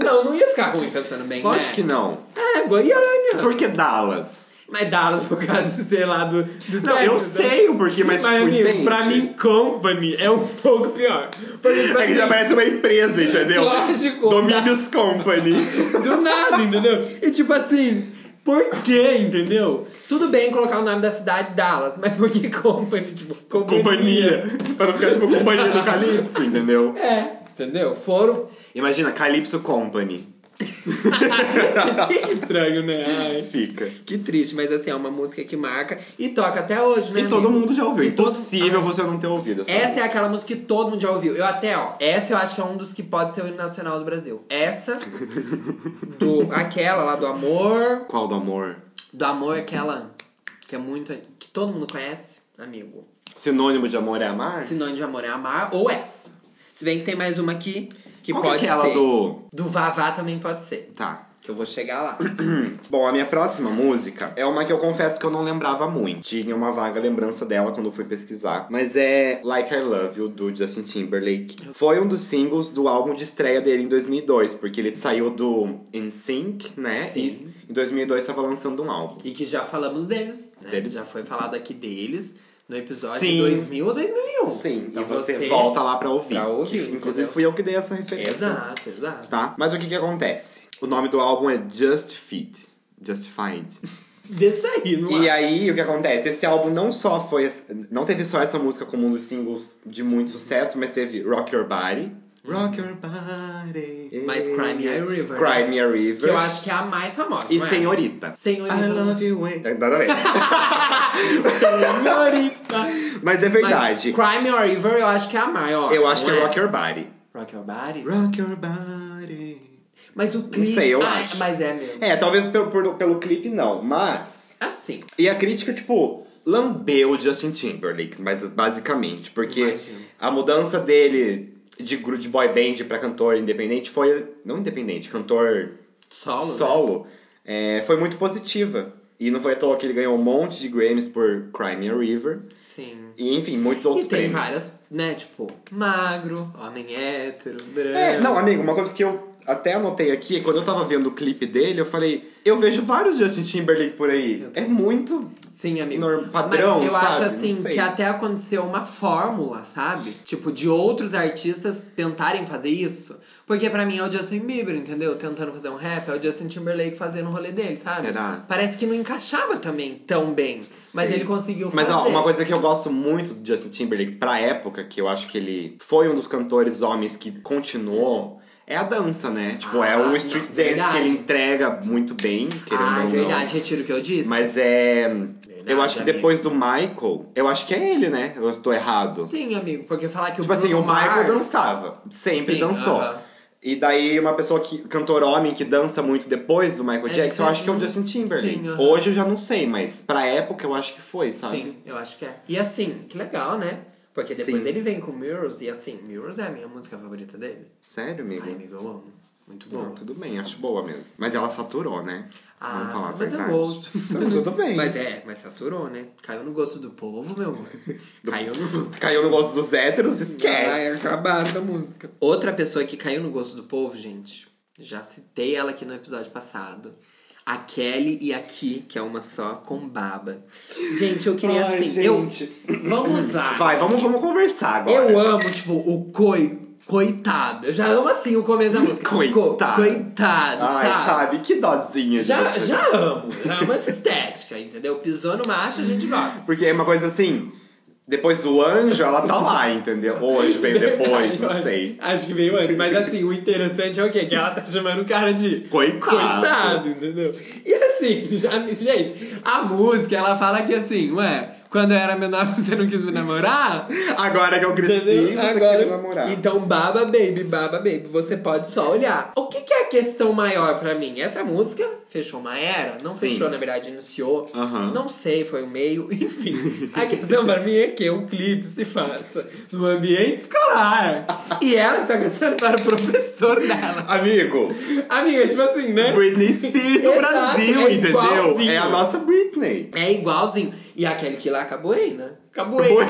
não, não ia ficar ruim pensando bem,
Lógico
né?
que não.
É, Goiânia!
Por que Dallas?
Mas Dallas, por causa, sei lá, do. do
Não, eu
Texas, né?
sei o porquê, mas,
Mas,
tipo,
amigo,
entende?
pra mim, company é um pouco pior. Porque pra
É que já
mim,
parece uma empresa, entendeu?
Lógico.
Domínios Company.
do nada, entendeu? E tipo assim, por quê, entendeu? Tudo bem colocar o nome da cidade Dallas, mas por que company? Tipo, companhia.
Companhia. Pra não ficar tipo companhia do Calypso, entendeu?
É, entendeu? Foram.
Imagina, Calypso Company.
que estranho, né? Ai.
Fica.
Que triste, mas assim, é uma música que marca e toca até hoje, né?
E todo
amigo?
mundo já ouviu.
E todo-
Impossível você não ter ouvido essa.
Essa é aquela música que todo mundo já ouviu. Eu até, ó, essa eu acho que é um dos que pode ser o hino nacional do Brasil. Essa, do, aquela lá do amor,
Qual do amor?
é do amor aquela que é muito, que todo mundo conhece, amigo.
Sinônimo de amor é amar?
Sinônimo de amor é amar, ou essa. Se bem que tem mais uma aqui, que
Qual
pode
que é aquela
ser.
do...
Do Vavá também pode ser.
Tá.
Que eu vou chegar lá.
Bom, a minha próxima música é uma que eu confesso que eu não lembrava muito. Tinha uma vaga lembrança dela quando eu fui pesquisar. Mas é Like I Love You, do Justin Timberlake. Foi um dos singles do álbum de estreia dele em 2002. Porque ele saiu do NSYNC, né?
Sim.
E em 2002 estava lançando um álbum.
E que já falamos deles, né?
Deles.
Já foi falado aqui deles no episódio
Sim.
2000 ou 2001.
Sim, e
E um. então
você,
você
volta lá pra ouvir.
pra ouvir,
Que, inclusive
entendeu?
fui eu que dei essa referência.
Exato, exato.
Tá? Mas o que que acontece? O nome do álbum é Just Fit. Justified.
Deixa aí, não
E
é?
aí, o que acontece? Esse álbum não só foi. Não teve só essa música como um dos singles de muito sucesso, mas teve Rock Your Body. Rock Your Body.
Mas Cry Me a River. né?
Cry Me a River.
Que eu acho que é a mais famosa.
Né? E
não é?
Senhorita.
Senhorita.
I love you. when- Nada a ver.
Senhorita.
mas é verdade.
Mas Crime or River eu acho que é a maior.
Eu acho que
não
é Rock Your Body.
Rock Your Body.
Rock Your Body.
Mas o clipe.
sei, eu
Ah,
acho.
Mas é mesmo.
É, talvez pelo, por- pelo clipe não, mas.
Assim.
E a crítica, tipo, lambeu o Justin Timberlake, mas basicamente, porque
Imagino.
a mudança dele de, gru- de boy band pra cantor independente foi. Não independente, cantor
Solo. né?
solo, é, foi muito positiva. E não foi à toa que ele ganhou um monte de Grammys por Cry Me a River.
né? Sim.
E enfim, muitos outros
E tem
prêmios.
várias, né? Tipo, magro, homem hétero, branco.
É, não, amigo, uma coisa que eu até anotei aqui, quando eu tava vendo o clipe dele, eu falei, eu vejo vários Justin Timberlake por aí.
Eu
É muito
Sim, amigo.
norm- padrão,
Mas eu
sabe?
acho
Não
assim
sei.
que até aconteceu uma fórmula, sabe? Tipo, de outros artistas tentarem fazer isso. Porque pra mim é o Justin Bieber, entendeu? Tentando fazer um rap, é o Justin Timberlake fazendo o rolê dele, sabe?
Será?
Parece que não encaixava também tão bem. Mas
Sei.
ele conseguiu
Mas
fazer.
ó, uma coisa que eu gosto muito do Justin Timberlake pra época, que eu acho que ele foi um dos cantores homens que continuou, é a dança, né? Tipo, é
Ah,
o street
não,
dance
verdade.
que ele entrega muito bem, querendo
ah,
ou não.
verdade, retiro o que eu disse.
Mas é. eu
Verdade,
acho que
amigo.
depois do Michael, eu acho que é ele, né? Eu estou errado.
Sim, amigo, porque falar que
Tipo
o Bruno
assim, o Michael
Mars-
dançava, sempre
Sim,
dançou.
aham.
E daí, uma pessoa que. cantor homem que dança muito depois do Michael
É
Jackson, eu acho que é o
diferente.
Justin Timberlake.
Sim, aham.
Hoje eu já não sei, mas pra época eu acho que foi, sabe?
Sim, eu acho que é. E assim, que legal, né? Porque depois
Sim.
ele vem com Mirrors e assim, Mirrors é a minha música favorita dele.
Sério, amigo?
Ai, amigo, eu amo. Muito
Não,
boa.
tudo bem, acho boa mesmo. Mas ela saturou, né?
Ah,
Vamos falar a
mas eu
verdade.
gosto.
Então, tudo bem.
Mas é, mas saturou, né? Caiu no gosto do povo, meu amor. Caiu no.
Caiu no gosto dos héteros,
Ai,
esquece.
acabaram da música. Outra pessoa que caiu no gosto do povo, gente, já citei ela aqui no episódio passado. A Kelly e a Ki, que é uma só, com baba. Gente, eu queria
Ai,
assim.
gente.
Eu... Vamos lá.
Vai, vamos, vamos conversar agora.
Eu amo, tipo, o coi. Coitado. Eu já amo assim o começo da música. Co-
Coitado.
coitado,
Ai, tá,
sabe?
sabe? Que dozinha
Já,
disso.
já amo. Já amo essa estética, entendeu? Pisou no macho, a gente gosta.
Porque é uma coisa assim. Depois do anjo, ela tá lá, entendeu? Ou o anjo veio depois, não sei.
Acho que veio antes, mas assim, o interessante é o quê? Que ela tá chamando o cara de
Coitado.
coitado, entendeu? E assim, já- gente, a música, ela fala que assim, ué, quando eu era menor você não quis me namorar?
Agora que eu cresci,
Entendeu?
você
Agora,
quer namorar.
Então, baba, baby, baba, baby. Você pode só olhar. O que, que é a questão maior pra mim? Essa música fechou uma era? Não
Sim.
fechou, na verdade, iniciou.
Aham.
Não sei, foi o meio. Enfim, a questão pra mim é que um clipe se faça no ambiente escolar. E ela está cantando para o professor dela.
Amigo,
Amiga, tipo assim, né?
Britney Spears do
Exato,
Brasil,
é
entendeu?
igualzinho.
É a nossa Britney.
É igualzinho. E aquele que lá, né? Caboeina. Caboeina.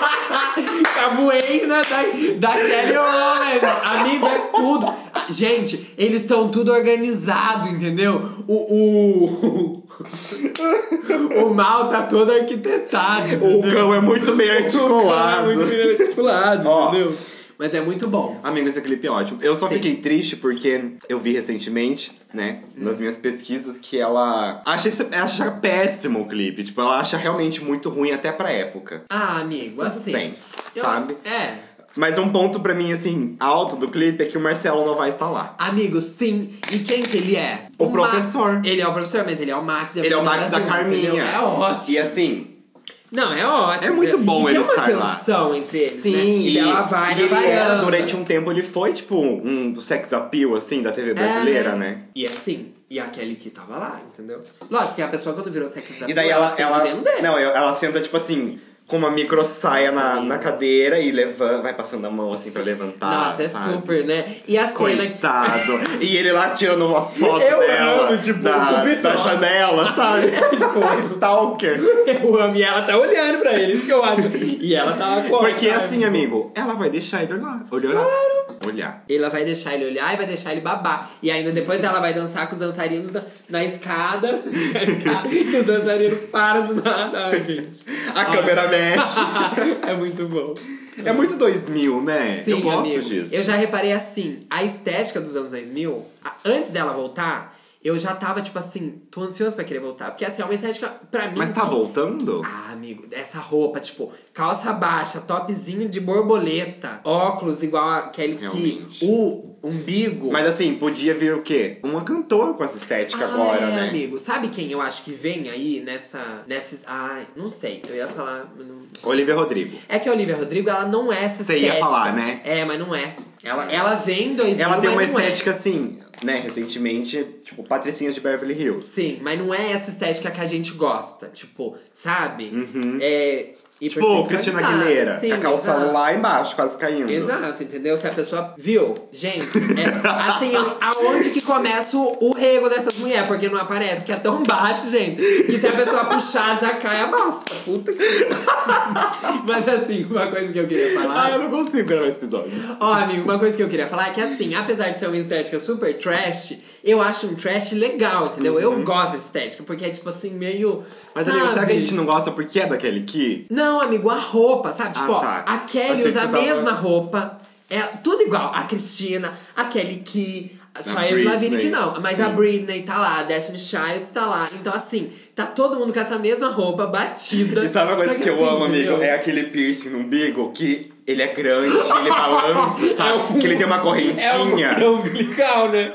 Caboeina da, né? da Kelly Rowland. Amigo, é tudo. Ah, Gente, eles estão tudo organizado, entendeu? O, o, o mal tá todo arquitetado.
O
entendeu?
cão é muito bem
O cão é
articulado.
muito bem articulado,
Ó.
entendeu? Mas é muito bom.
Amigo, esse clipe é ótimo. Eu só
Sim.
fiquei triste porque eu vi recentemente, né,
Uhum.
nas minhas pesquisas, que ela acha, isso- acha péssimo o clipe. Tipo, ela acha realmente muito ruim até pra época.
Ah, amigo,
Tudo
assim.
bem,
eu-
sabe?
É.
Mas um ponto pra mim, assim, alto do clipe é que o Marcelo não vai estar lá.
Amigo, sim. E quem que ele é?
O
Max.
professor.
Ele é o professor, mas ele é o Max.
Ele é o Max da
Brasil, entendeu?
Carminha.
É ótimo.
E assim,
Não, é ótimo.
É muito bom
e
ele
tem
estar
uma
lá.
tensão entre eles,
Sim,
né?
e,
e ela vai
e
na
ele era,
varanda.
durante um tempo, ele foi, tipo, um do sex appeal, assim, da TV brasileira,
É,
né?
E assim, e a Kelly que tava lá, entendeu? Lógico que a pessoa quando virou sex
E daí ela.
fica
ela
dentro dele.
não, ela senta, tipo assim, com uma micro saia
né? Nossa,
na,
amigo.
na cadeira e levanta, vai passando a mão assim pra levantar.
Nossa, é
sabe?
super, né? E a cena que
Coitado. e ele lá tirando umas fotos
Eu
dela.
amo, tipo, o
da,
Cupidão.
da janela, sabe?
Tipo,
Stalker.
eu amo e ela tá olhando pra ele, isso que eu acho. E ela tava com
Porque
sabe?
assim, amigo, ela vai deixar ele olhar. Olhar. Olhar.
Ela vai deixar ele olhar e vai deixar ele babar. E ainda depois ela vai dançar com os dançarinos na, na escada. e os dançarinos param do nada. Ai, gente.
A câmera mexe.
é muito bom.
É muito 2000, né?
Sim,
eu gosto
amigo.
disso.
Eu já reparei assim, a estética dos anos 2000, a- antes dela voltar, eu já tava tipo assim, tô ansioso pra querer voltar. Porque assim, é uma estética pra mim.
Mas tá
que-
voltando?
Ah, amigo, essa roupa, tipo, calça baixa, topzinho de borboleta, óculos igual aquele
Realmente.
que o umbigo.
Mas assim, podia vir o quê? Uma cantora com essa estética
Ah,
agora,
é,
né?
amigo. Sabe quem eu acho que vem aí nessa. nessa ai, não sei. Eu ia falar. mas não-
Olivia Rodrigo.
É que a Olivia Rodrigo, ela não é essa
Você
estética.
ia falar, né?
É, mas não é. Ela, ela vem em 2000,
Ela tem uma
mas não é.
estética assim, né? Recentemente, tipo, Patricinha de Beverly Hills.
Sim, mas não é essa estética que a gente gosta. Tipo, sabe?
Uhum.
É.
Tipo, Cristina
hipersexualizada.
Aguilera,
Sim,
com a calça
exato.
lá embaixo, quase caindo.
Exato, entendeu? Se a pessoa viu, gente, é, assim, aonde que começa o o rego dessas mulheres? Porque não aparece, que é tão baixo, gente, que se a pessoa puxar já cai a bosta. Puta que. Mas assim, uma coisa que eu queria falar.
Ah, eu não consigo gravar esse episódio.
Ó, amigo, uma coisa que eu queria falar é que, assim, apesar de ser uma estética super trash, eu acho um trash legal, entendeu? Eu gosto dessa estética, porque é, tipo assim, meio...
Mas, amigo, será que a
sabe?
gente não gosta porque é daquele que?
Não, amigo, a roupa, sabe? Tipo,
Ah,
ó,
tá.
a Kelly
Achei que
usa a
você tava-
mesma roupa. É tudo igual. A Cristina, a Kelly Key, a só a Avril
Britney,
Lavigne que não. Mas a
sim.
Britney tá lá, a Destiny Childs tá lá. Então, assim, tá todo mundo com essa mesma roupa batida.
E sabe uma coisa
Só
que eu
assim,
amo, amigo?
entendeu?
É aquele piercing no umbigo que ele é grande, ele balança, sabe? Que ele tem uma correntinha.
um É um umbilical, né?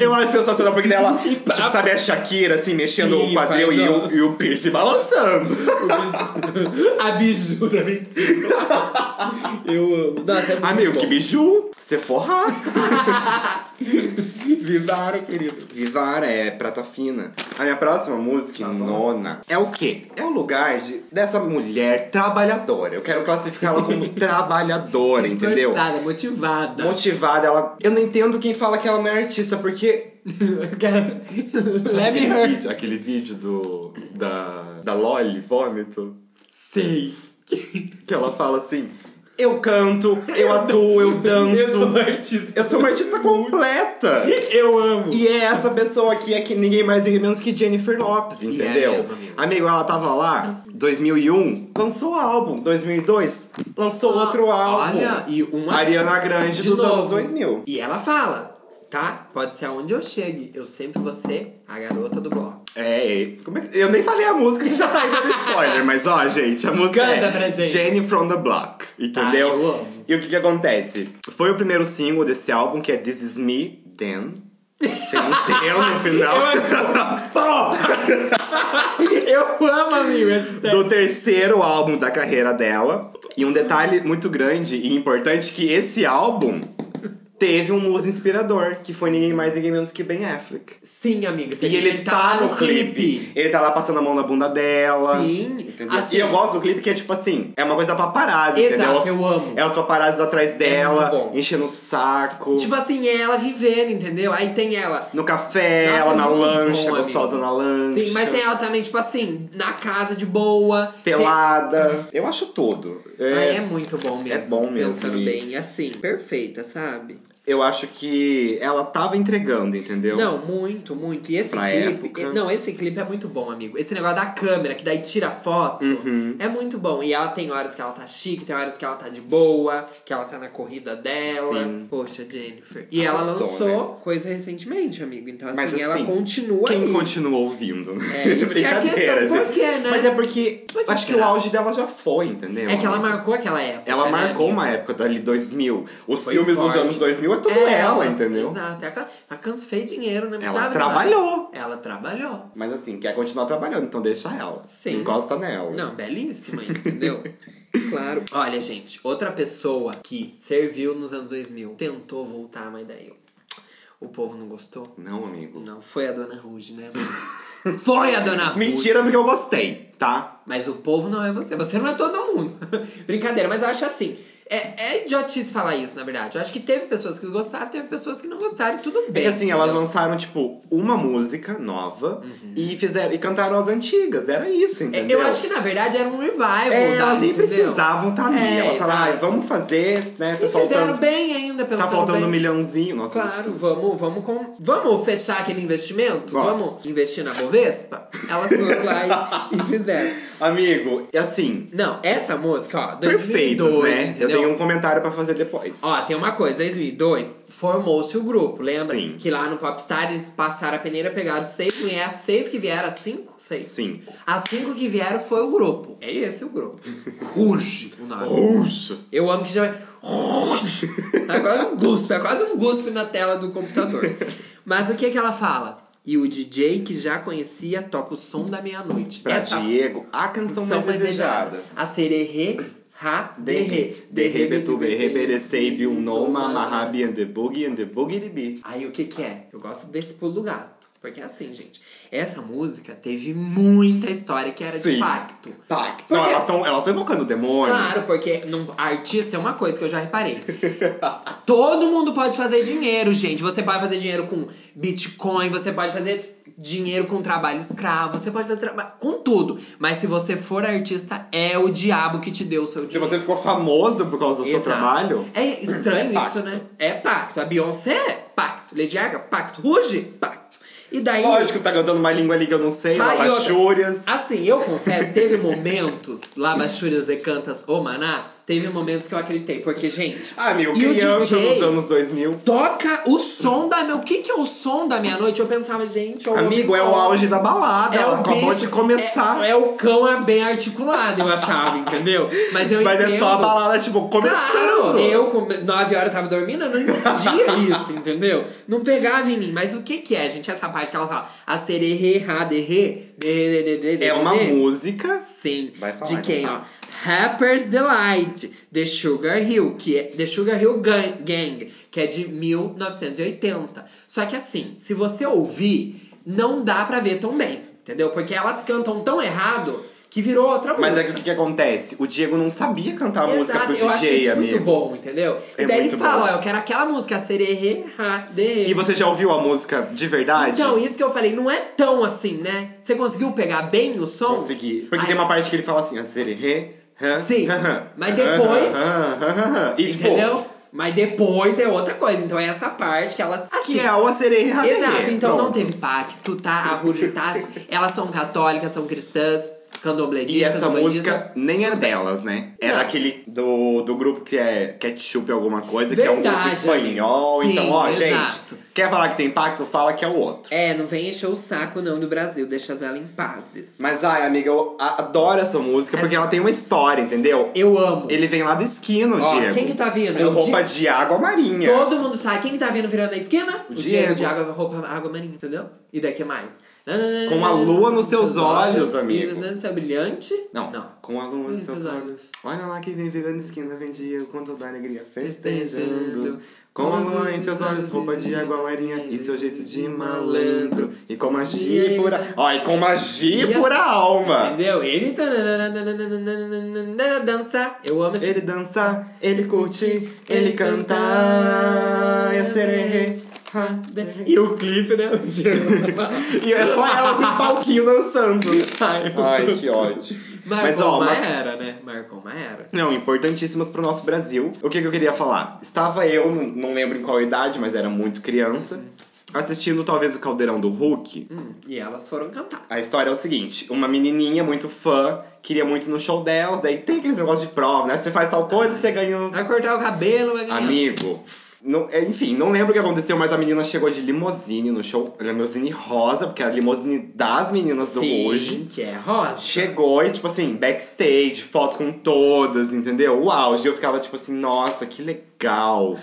Eu acho sensacional porque ela, tipo, sabe a Shakira, assim, mexendo
Sim,
o quadril
faz, um-
e
ó.
o, e o piercing balançando.
a bijura 25. Eu amo. Nossa, é muito
Amigo,
bom.
que biju! Você forra!
Vivara, querido.
Vivara é prata fina. A minha próxima música,
Tá bom.
nona, é o quê? É o lugar de, dessa mulher trabalhadora. Eu quero classificá-la como trabalhadora, entendeu?
Esforçada, motivada.
Motivada, ela. Eu não entendo quem fala que ela não é artista, porque.
Leve
aquele,
her.
vídeo, aquele vídeo do. Da. Da Loli, vômito.
Sei.
Que ela fala assim: Eu canto, eu atuo, eu danço.
Eu sou artista.
eu sou uma artista completa!
Eu amo.
E é essa pessoa aqui, é que ninguém mais ninguém menos que Jennifer Lopes,
E é
entendeu?
mesmo, amigo.
ela tava lá, 2001, lançou álbum, 2002, lançou
Ah,
outro álbum.
Olha, e uma.
Ariana Grande
De
dos
novo.
anos 2000.
E ela fala, tá? Pode ser aonde eu chegue. Eu sempre vou ser a garota do bloco.
É, é, como é que- eu nem falei a música, você já tá aí dando spoiler, mas ó, gente, a música
Canta
é
pra gente.
Jenny from the Block, entendeu?
Ah, eu amo.
E o que que acontece? Foi o primeiro single desse álbum, que é This Is Me, Then... Tem um Then no final.
Eu adoro. Eu amo, amigo. essa série.
do terceiro álbum da carreira dela. E um detalhe muito grande e importante que esse álbum teve um muso inspirador, que foi ninguém mais ninguém menos que Ben Affleck.
Sim, amigo. você-
E ele tá no clipe. Ele tá lá passando a mão na bunda dela.
Sim.
Entendeu?
assim,
e eu gosto do clipe que é tipo assim, é uma coisa da paparazzi, entendeu?
Exato,
Os-
eu amo.
É os paparazzi atrás dela,
muito bom.
enchendo o saco.
Tipo assim, é ela vivendo, entendeu? Aí tem ela.
no café,
Nossa,
ela
é
na
muito
lancha,
bom,
gostosa
amigo.
na lancha.
Sim, mas tem ela também, tipo assim, na casa de boa.
Pelada. Eu acho tudo.
Tem-
É,
Uhum. Ah, é muito bom mesmo.
é bom mesmo,
Pensando
e-
bem, assim, perfeita, sabe?
eu acho que ela tava entregando, entendeu?
Não, muito, muito. E esse
Pra
clipe.
época.
Não, esse clipe é muito bom, amigo. Esse negócio da câmera, que daí tira foto,
Uhum.
é muito bom. E ela tem horas que ela tá chique, tem horas que ela tá de boa, que ela tá na corrida dela.
Sim.
Poxa, Jennifer. E
Arrasou, né?
ela lançou coisa recentemente, amigo. Então, assim,
Mas,
ela
assim,
continua
Quem
aí.
continua ouvindo? né?
É, isso que é a
Brincadeira,
questão. Por
gente.
quê, né?
Mas é porque
Por que
acho que o
será?
auge dela já foi, entendeu?
É que ela marcou aquela época.
Ela
né,
marcou
amigo?
uma época dali 2000. Os
Foi
filmes
forte.
dos anos 2000 é tudo ela, entendeu?
Exato. É a- A Cansa fez dinheiro, né? Não
Ela
sabe de
trabalhou.
nada. Ela trabalhou.
Mas assim, quer continuar trabalhando, então deixa ela.
Sim.
Encosta nela.
Não, belíssima, entendeu? claro. Olha, gente, outra pessoa que serviu nos anos 2000, tentou voltar, mas daí o povo não gostou.
Não, amigo.
Não, foi a Dona Ruge, né? Mas foi a Dona Ruge.
Mentira, porque eu gostei, tá?
Mas o povo não é você. Você não é todo mundo. Brincadeira, mas eu acho assim. É, é idiotice falar isso, na verdade. Eu acho que teve pessoas que gostaram, teve pessoas que não gostaram, e tudo
É
bem.
que assim, elas
entendeu? Uhum.
lançaram, tipo, uma música nova e fizeram e cantaram as antigas. Era isso, entendeu?
É, Eu acho que na verdade era um revival.
É,
da,
elas nem
entendeu?
precisavam estar ali.
É,
elas falaram, ah,
exato.
vamos fazer, né?
E
Tá
fizeram
faltando,
bem ainda, pensando
tá faltando
bem.
um milhãozinho. Nossa,
Claro, vamos, vamos, com... vamos fechar aquele investimento?
Gosto.
Vamos investir na Bovespa? Elas foram lá e, e fizeram.
Amigo, e assim,
Não, essa música, ó, 2002,
perfeitos, né? Eu
entendeu?
tenho um comentário pra fazer depois.
Ó, tem uma coisa, 2002, formou-se o grupo, lembra?
Sim.
Que lá no Popstar eles passaram a peneira, pegaram seis mulheres, seis que vieram, as cinco? Seis.
Sim.
As cinco que vieram foi o grupo. É esse o grupo. Ruge o nome.
Russo.
Eu amo que chama. É quase um guspe, é quase um guspe na tela do computador. Mas o que que ela fala? E o DJ que já conhecia toca o som da meia-noite.
Pra
Essa
Diego, a canção
canção
mais, desejada.
A sererê, ra, derrê.
Derre, derre, betube, rebereceibe, um noma,
marrabi.
mahabi, and the boogie, and the boogie de bi.
Aí o que que é? Eu gosto desse pulo do gato. Porque é assim, gente. Essa música teve muita história que era de
Sim.
pacto.
Tá.
Por
Não,
quê?
elas estão elas tão invocando o demônio.
Claro, porque não, artista é uma coisa que eu já reparei. Todo mundo pode fazer dinheiro, gente. Você pode fazer dinheiro com Bitcoin, você pode fazer dinheiro com trabalho escravo, você pode fazer trabalho com tudo. Mas se você for artista, é o diabo que te deu o seu
Se
dinheiro.
você ficou famoso por causa do seu
Exato.
trabalho,
É estranho
É
isso,
pacto.
né? É pacto. A Beyoncé é pacto. Lady Gaga, pacto. Ruge, pacto. E daí.
lógico que tá cantando uma língua ali que eu não sei,
Ah, e outra.
Labachúrias.
Assim, eu confesso, teve momentos lá da Xúrias de Cantas ou Maná, teve momentos que eu acreditei, porque, gente,
Ah, amigo,
E o
criança
DJ?
nos anos 2000.
toca o som da meu. O que, que é o som da meia-noite? Eu pensava, gente, eu ouvi
Amigo, é o
som.
auge da balada.
É
ela
o
acabou
bicho,
de começar.
É, é o cão é bem articulado, eu achava, entendeu? Mas eu
Mas é
entendo.
só a balada, tipo, começando.
Claro, eu com 9 horas eu tava dormindo, eu não entendia isso, entendeu? Não pegava em mim. Mas o que que é, gente? Essa parte que ela fala, a sererê, ra, derrê, derrê, derrê, derrê,
É uma
derrê.
música.
Sim.
Vai falar,
de
então
quem, ó?
fala.
Rapper's Delight, The Sugar Hill, que é The Sugar Hill Gang, Gang, que é de 1980. Só que assim, se você ouvir, não dá pra ver tão bem, entendeu? Porque elas cantam tão errado que virou outra
Mas é
música.
que o que, que acontece? O Diego não sabia cantar a música é
Exato,
pro
eu acho
DJ,
isso
amigo.
muito bom, entendeu?
É
e daí ele
muito
fala,
bom.
ó, eu quero aquela música, sererê, ha, derê.
E você já ouviu a música de verdade?
Então, isso que eu falei, não é tão assim, né? Você conseguiu pegar bem o som?
Consegui. Porque
Ai,
tem uma parte que ele fala assim, a sererê. hã,
Sim,
hã, hã,
mas
hã,
depois-
hã, hã, hã, hã. E, tipo,
Entendeu? Mas depois é outra coisa. Então é essa parte que elas. assim,
que é o sererê.
Exato, então não teve pacto, tá? A Ruge tá. elas são católicas, são cristãs,
E
candomblé
essa música nem é delas, né? É
Não.
daquele do, do grupo que é Ketchup alguma coisa, que é um
Verdade,
grupo espanhol.
amigo.
então,
Sim,
ó,
exato.
gente, quer falar que tem impacto? Fala que é o outro.
É, não vem encher o saco não do Brasil, deixa ela em pazes.
Mas, ai, amiga, eu a- adoro essa música porque ela tem uma história, entendeu?
Eu amo.
Ele vem lá da esquina, o
Ó,
Diego.
quem que tá vindo? É
Com
o
roupa de água marinha.
Todo mundo sabe. Quem que tá vindo virando a esquina?
O
Diego
Diego.
de água, roupa, água marinha, entendeu? E daqui mais?
Com a lua nos seus olhos, amigo.
Não seu brilhante?
Não,
Não.
com a lua nos
Isso,
seus
olhos.
olhos. Olha lá que vem virando esquina, vem Diego com toda a alegria
Festejando.
festejando. Com a lua em seus olhos, roupa de água marinha e seu jeito de malandro. E com magia e pura. Ó, e com magia e pura alma.
Entendeu? Ele tá dança. Eu amo esse.
Ele dança, ele curte, ele canta. E a sererê, ha, derê.
E o clipe, né?
E é só ela no palquinho dançando. Ai, que ódio.
Mas, ó,
ó,
uma
Ah, mas-
era, né? Marcou uma era.
Não, importantíssimas pro nosso Brasil. O que, que eu queria falar? Estava eu, não, não lembro em qual idade, mas era muito criança, assistindo talvez o Caldeirão do Hulk.
Hum, e elas foram cantar.
A história é o seguinte: uma menininha muito fã, queria muito ir no show delas, daí tem aqueles negócios de prova, né? Você faz tal coisa, você ganha um.
Vai cortar o cabelo, vai ganhar.
Amigo. Não, é, enfim, não lembro o que aconteceu, mas a menina chegou de limusine no show. Limusine rosa, porque era a limusine das meninas do
Sim,
hoje.
que é rosa.
Chegou e, tipo assim, backstage, fotos com todas, entendeu? O auge. Eu ficava, tipo assim, nossa, que legal.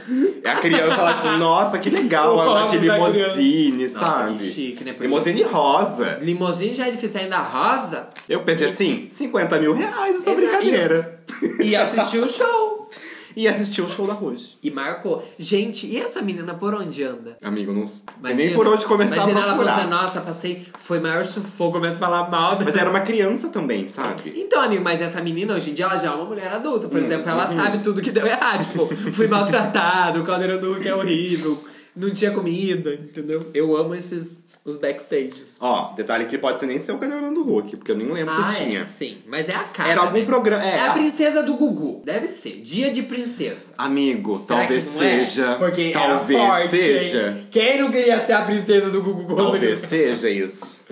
E a criança lá, tipo, nossa, que legal,
O
andar
auge
de
da
limousine,
Nossa,
sabe?
que chique, né? Porque-
Limousine rosa.
Limousine já é difícil ainda rosa.
Eu pensei assim, 50 mil reais essa
Exato.
brincadeira.
E assistiu o show.
e assistiu o show da Rouge.
E marcou. Gente, e essa menina por onde anda?
Amigo, não sei
Imagina-
nem por onde começar a
Imagina ela
procurar.
falando, nossa, passei, foi maior sufoco, começa a falar mal. da-
Mas era uma criança também, sabe?
Então, amigo, mas essa menina hoje em dia ela já é uma mulher adulta, por
Hum,
exemplo, ela
uhum.
sabe tudo que deu errado. Tipo, fui maltratado, o caldeirão do Hulk é horrível, não tinha comida, entendeu? Eu amo esses os backstages.
Ó, detalhe que pode ser nem ser o Cadeirão do Hulk, porque eu nem lembro
ah,
se
é,
tinha.
sim. Mas é a cara.
Era algum
né?
programa.
É
É,
a
a-
princesa do Gugu. Deve ser. Dia de princesa.
Amigo,
Será
talvez
que não é?
seja.
Porque era
talvez
forte,
seja.
hein? Quem não queria ser a princesa do Gugu?
Talvez seja isso.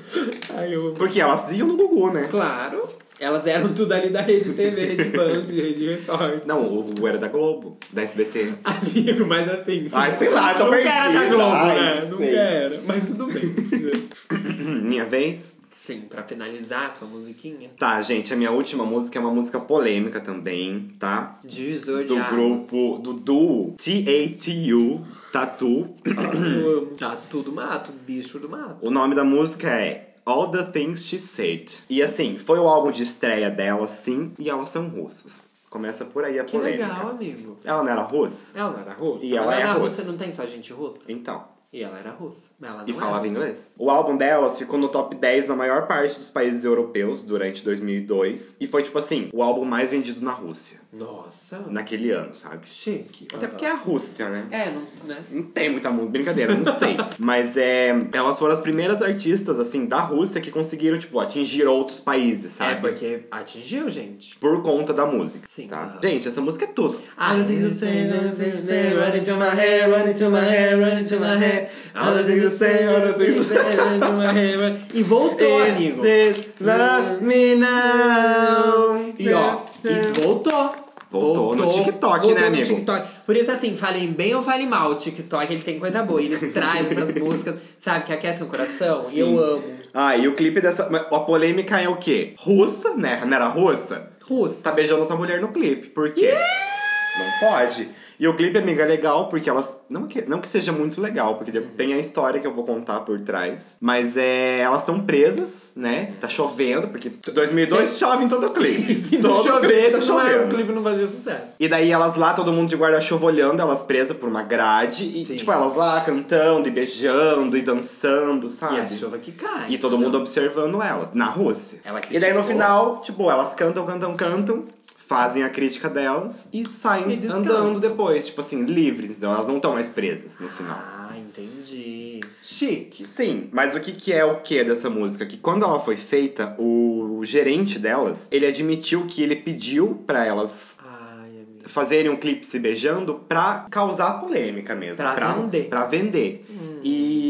Ai, eu...
Porque elas iam no Gugu, né?
Claro. Elas eram tudo ali da Rede TV, Rede Band, Rede Record.
Não, o Gugu era da Globo, da SBT.
Amigo, mas assim.
Ai, sei lá, eu tô
Nunca
perdida.
era da Globo,
Ai,
né?
não
Nunca
sei.
era. Mas tudo bem.
Minha vez.
Sim, pra finalizar a sua musiquinha.
Tá, gente, a minha última música é uma música polêmica também, tá?
18
Do grupo, do duo T-A-T-U, Tatu.
Tá tudo mato, bicho do mato.
O nome da música é All the Things She Said. E assim, foi o álbum de estreia dela, sim, e elas são russas. Começa por aí a
Que
polêmica.
legal, amigo.
Ela não era russa?
Ela não era russa?
E ela
Mas
é
na
russa.
Rússia não tem só gente russa?
Então.
E ela era russa. Mas ela não
E
era
falava
russa.
inglês. O álbum delas ficou no top 10 na maior parte dos países europeus durante 2002. E foi, tipo assim, o álbum mais vendido na Rússia,
Nossa.
naquele ano, sabe?
Chique.
Até
Aham.
porque é a Rússia, né?
É, não, né?
Não tem muita música, brincadeira, não sei. Mas é, elas foram as primeiras artistas, assim, da Rússia que conseguiram, tipo, atingir outros países, sabe?
É porque atingiu, gente.
Por conta da música.
Sim.
Tá?
Aham.
Gente, essa música é tudo.
I don't think the same, I don't think the same, run into my hair, run into my hair, run into my hair. I don't think the same, I don't think the same, run into my hair. run- E voltou,
Is
amigo.
this love me now?
E ó, e voltou.
Voltou no TikTok,
voltou
né,
no
amigo?
TikTok. Por isso, assim, falem bem ou falem mal, o TikTok ele tem coisa boa. Ele traz essas músicas, sabe, que aquecem o coração. E eu amo.
Ah, e o clipe dessa. A polêmica é o quê? Russa, né? Não era russa? Você
Russa.
tá beijando outra mulher no clipe. Por quê? Não pode. E o clipe, amiga, é legal porque elas. Não que, não que seja muito legal, porque
Uhum.
tem a história que eu vou contar por trás. Mas é. Elas estão presas,
Uhum.
né? Tá chovendo, porque 2002 chove em todo o clipe.
Se
todo
não
clipe
chovesse,
tá
não era, o
chovendo.
clipe não fazia sucesso.
E daí elas lá, todo mundo de guarda-chuva olhando, elas presas por uma grade. E,
Sim.
tipo, elas lá cantando e beijando e dançando, sabe?
E a chuva que cai.
E todo
entendeu?
mundo observando elas, na Rússia.
Ela
E daí no
criticou.
final, tipo, elas cantam, cantam, cantam, fazem a crítica delas e saem
E descansam.
andando depois, tipo assim, livres. Então elas não estão mais presas no final.
Ah, entendi. Chique.
Sim, mas o que, que é o que dessa música? Que quando ela foi feita, o gerente delas, ele admitiu que ele pediu pra elas
Ai, amigo.
fazerem um clipe se beijando pra causar polêmica mesmo.
Pra vender.
Pra vender.
Hum.
E.